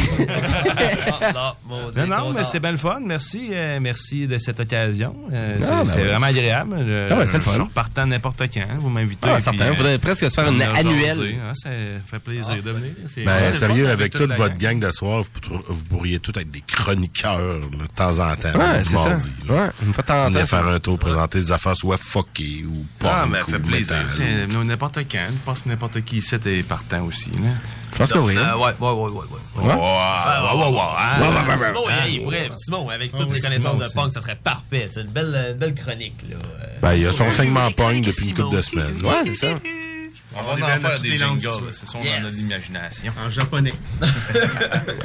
Speaker 6: [LAUGHS]
Speaker 7: Ah, non, mon Dieu,
Speaker 6: Non, non,
Speaker 7: trop
Speaker 6: mais
Speaker 7: tard.
Speaker 6: c'était bien le fun. Merci, euh, merci de cette occasion. Euh,
Speaker 3: Ah,
Speaker 6: c'est
Speaker 3: ben
Speaker 6: c'est
Speaker 3: oui.
Speaker 6: vraiment agréable. Je,
Speaker 3: Ah ouais, c'était le
Speaker 6: je
Speaker 3: fun.
Speaker 6: suis repartant n'importe quand. hein, Vous m'invitez.
Speaker 3: Ah,
Speaker 6: puis, euh,
Speaker 3: certain. Faudrait presque se faire
Speaker 6: on
Speaker 3: une
Speaker 6: a jasé,
Speaker 3: annuelle.
Speaker 6: hein, ça fait plaisir de venir. C'est-
Speaker 2: Ben,
Speaker 6: c'est le fun
Speaker 2: sérieux, avec
Speaker 6: toute
Speaker 2: toute
Speaker 6: la
Speaker 2: votre
Speaker 6: gang.
Speaker 2: gang de soir, vous, pour- vous pourriez tous être des chroniqueurs, là, de temps en temps.
Speaker 3: Ouais,
Speaker 2: du
Speaker 3: c'est ça.
Speaker 2: mardi, là.
Speaker 3: Ouais, une fois de temps en
Speaker 2: Venez
Speaker 3: temps,
Speaker 2: faire un tour, présenter des affaires soit fuckées ou pas.
Speaker 6: Ah, mais ça fait plaisir. C'est- nous, N'importe quand. Je pense que n'importe qui ici est partant aussi. Là.
Speaker 3: Je pense que oui. hein.
Speaker 7: Euh, ouais, ouais, ouais, ouais, ouais.
Speaker 6: Ouais. Ouais, ouais, ouais, ouais, hein.
Speaker 7: Ouais, ouais, ouais, ouais.
Speaker 6: Simon,
Speaker 7: Simon,
Speaker 6: hein,
Speaker 7: il est prêt. Simon, avec
Speaker 6: Ah
Speaker 7: toutes
Speaker 6: oui,
Speaker 7: ses connaissances
Speaker 6: Simon
Speaker 7: de punk, ça serait parfait. C'est une belle, une belle chronique, là. Euh,
Speaker 2: Ben, il y a son segment pogne depuis une couple de semaines.
Speaker 7: Ouais, c'est ça.
Speaker 6: On
Speaker 7: On
Speaker 6: va
Speaker 7: est
Speaker 6: en
Speaker 7: dans
Speaker 6: faire
Speaker 7: toutes
Speaker 6: des
Speaker 7: les langues
Speaker 6: jingles. Hein,
Speaker 7: sous-
Speaker 6: Ce sont
Speaker 7: Yes.
Speaker 6: dans notre imagination.
Speaker 14: En japonais.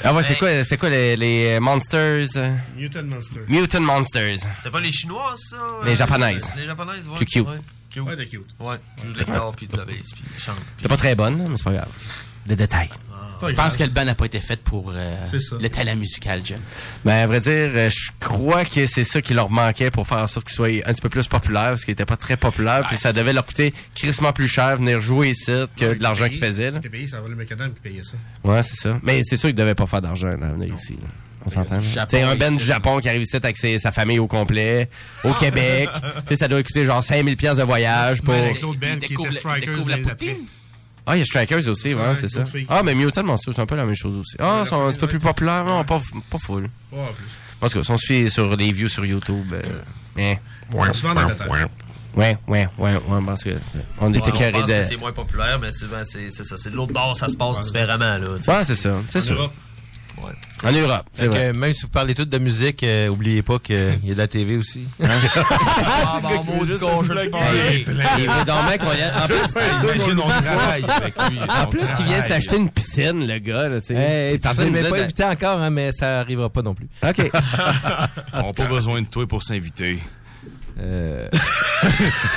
Speaker 3: Ah ouais, c'est quoi, c'est quoi les, les Monsters? euh?
Speaker 14: Mutant Monsters.
Speaker 3: Mutant Monsters.
Speaker 7: C'est pas les Chinois, ça?
Speaker 3: Les
Speaker 7: euh,
Speaker 3: Japonaises.
Speaker 7: Les Japonaises, ouais.
Speaker 3: Plus cute.
Speaker 7: Ouais, cute. Ouais, t'es cute. Ouais, je joue de la guitare, puis de la bass, puis ils chantent.
Speaker 3: C'est pas très bonne, mais c'est pas grave. Des détails. pas
Speaker 16: Je pense
Speaker 3: grave.
Speaker 16: que le ban n'a pas été fait pour euh,
Speaker 3: C'est ça.
Speaker 16: le talent musical, Jim.
Speaker 3: Ben, à vrai dire, euh, je crois que c'est ça qui leur manquait pour faire en sorte qu'ils soient un petit peu plus populaires, parce qu'ils n'étaient pas très populaires, puis ça devait leur coûter crissement plus cher venir jouer ici que de l'argent qu'ils faisaient. là.
Speaker 14: T'es payé, ça va le mécadam qui payait ça.
Speaker 3: Ouais, c'est ça. Mais c'est sûr qu'ils devaient pas faire d'argent à venir ici. là. On s'entend? là?
Speaker 14: Japon
Speaker 3: T'sais, un
Speaker 14: ici,
Speaker 3: band du
Speaker 14: là.
Speaker 3: Japon qui arrive ici avec ses- sa famille au complet, au Québec.
Speaker 7: [LAUGHS]
Speaker 3: T'sais, ça doit coûter genre 5000 pièces de voyage pour...
Speaker 14: Avec l'autre band qui était Strikers l'année d'après.
Speaker 3: Ah, il y a Strikers aussi, ouais, c'est ça.
Speaker 14: d'autres filles qui-
Speaker 3: Ah, mais Mutant Monster, c'est un peu la même chose aussi. Ah, ils sont un petit peu plus populaires, non, pas, f- pas full.
Speaker 14: Ouais, en plus.
Speaker 3: Parce que si on se fie sur les views sur YouTube, euh, eh.
Speaker 7: Ouais, souvent dans la tête.
Speaker 3: ouais, ouais, ouais, ouais, parce que euh, on était
Speaker 7: Ouais,
Speaker 3: carré
Speaker 7: pense que
Speaker 3: de.
Speaker 7: C'est moins populaire, mais souvent, c'est c'est ça. C'est de l'autre bord, ça se passe différemment. Là, tu sais.
Speaker 3: Ouais, c'est ça, c'est sûr. En Europe, c'est
Speaker 4: Fait que,
Speaker 3: vrai.
Speaker 4: même si vous parlez tout de musique, euh, oubliez pas qu'il y a de la TV aussi.
Speaker 7: Ah, bon, maudit cochon de parler.
Speaker 3: Il veut donc bien qu'on y [LAUGHS] aille. En plus,
Speaker 4: imagine, on travaille avec lui.
Speaker 3: En
Speaker 4: On
Speaker 3: plus, qu'il vient
Speaker 4: travaille.
Speaker 3: s'acheter une piscine, le gars, là, tu sais.
Speaker 4: Hey,
Speaker 3: Personne
Speaker 4: personne
Speaker 3: nous
Speaker 4: n'est
Speaker 3: aide
Speaker 4: pas
Speaker 3: à-
Speaker 4: invité encore, hein, mais ça arrivera pas non plus.
Speaker 3: OK. [LAUGHS]
Speaker 6: On n'a pas besoin de toi pour s'inviter.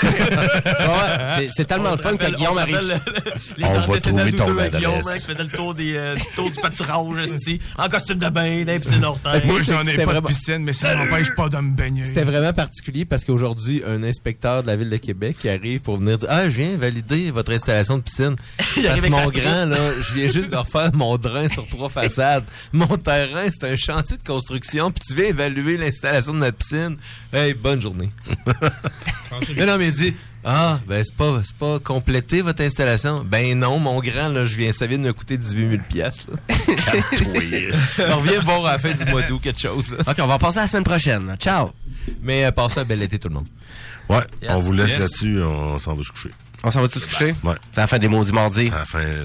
Speaker 3: Ouais, c'est- c'est tellement le fun que Guillaume arrive.
Speaker 7: [LAUGHS] Les gens décédés douteux avec Guillaume, hein, qui faisait le tour, des, euh, du tour du pâturage, [LAUGHS] esti, en costume de bain, dans les piscines hors terre.
Speaker 4: Moi, j'en ai C'est pas de vraiment- piscine,
Speaker 6: mais
Speaker 4: ça m'empêche
Speaker 6: pas de me baigner.
Speaker 4: C'était vraiment particulier parce qu'aujourd'hui, un inspecteur de la ville de Québec qui arrive pour venir dire Ah, je viens valider votre installation de piscine.
Speaker 7: [LAUGHS] Il arrive
Speaker 4: Parce que
Speaker 7: avec
Speaker 4: mon
Speaker 7: sa
Speaker 4: grand,
Speaker 7: frite.
Speaker 4: là, je viens juste de refaire mon drain
Speaker 7: [LAUGHS]
Speaker 4: sur trois façades. Mon terrain, c'est un chantier de construction, puis tu viens évaluer l'installation de notre piscine. Hey, bonne journée. [LAUGHS] non, non, mais il dit Ah, ben c'est pas, c'est pas complété votre installation. Ben non, mon grand, là, je viens, ça vient de me coûter 18 000 piastres, là. [LAUGHS] On revient voir à la fin du mois d'août quelque chose. là.
Speaker 3: OK, on va passer à la semaine prochaine. Ciao.
Speaker 4: Mais euh, passez un bel été, tout le monde.
Speaker 2: Ouais,
Speaker 4: Yes,
Speaker 2: on vous laisse
Speaker 4: yes.
Speaker 2: là-dessus, on s'en va se coucher.
Speaker 3: On s'en va tous se coucher?
Speaker 2: Ouais.
Speaker 3: C'est la fin des maudits mardis.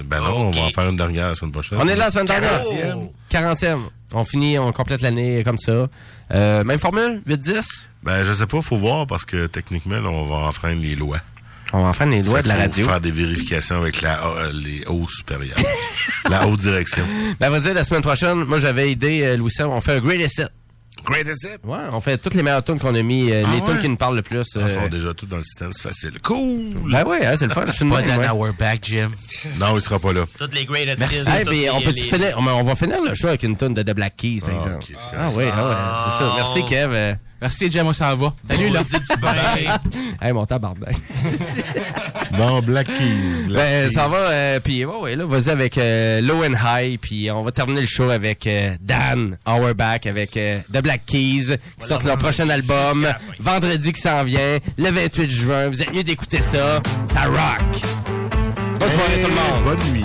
Speaker 2: ben non, on va en faire une dernière la semaine prochaine.
Speaker 3: On est là la semaine dernière.
Speaker 2: 40e.
Speaker 3: 40e. On finit, on complète l'année comme ça. Euh, même formule, 8-10.
Speaker 2: Ben, je sais pas, faut voir parce que techniquement, là, on va enfreindre les lois.
Speaker 3: On va enfreindre les lois
Speaker 2: Fait
Speaker 3: de la
Speaker 2: qu'il faut
Speaker 3: radio.
Speaker 2: faire des vérifications avec la, euh, les hauts
Speaker 3: [LAUGHS]
Speaker 2: supérieurs. la haute direction.
Speaker 3: Ben, à vrai dire, la semaine prochaine, moi, j'avais aidé euh, Louis on fait un great essai.
Speaker 2: Great essai?
Speaker 3: Ouais, on fait toutes les meilleures tunes qu'on a mis, euh,
Speaker 2: Ah
Speaker 3: les tunes
Speaker 2: ouais?
Speaker 3: qui nous parlent le plus.
Speaker 2: Ils sont
Speaker 3: euh,
Speaker 2: déjà tous dans le système, c'est facile. Cool!
Speaker 3: Ben ouais, hein, c'est le fun. C'est une
Speaker 16: Pas
Speaker 3: bonne,
Speaker 16: d'un
Speaker 3: ouais.
Speaker 16: hour back, Jim.
Speaker 2: Non, il sera pas là.
Speaker 7: Toutes les great
Speaker 3: Merci.
Speaker 7: skills,
Speaker 3: Hey,
Speaker 7: toutes
Speaker 3: puis
Speaker 7: les-
Speaker 3: on, peut
Speaker 7: les-
Speaker 3: finir, on, on va finir le show avec une tonne de The Black Keys, par exemple. ah oui, ah, ouais, c'est ça. Merci, Kev. euh.
Speaker 16: Merci, Jim, on s'en va. Salut, là.
Speaker 3: hey, mon tabarnak.
Speaker 2: Bon, Black Keys. Black
Speaker 3: Ben,
Speaker 2: Keys.
Speaker 3: ça va, euh, puis ouais, ouais, là, vas-y avec euh, Low and High, puis on va terminer le show avec euh, Dan, Hour Back, avec euh, The Black Keys, qui sortent leur prochain album, vendredi qui s'en vient, le 28 juin, vous êtes mieux d'écouter ça, ça rock! Bonne soirée tout le monde!
Speaker 2: Bonne nuit!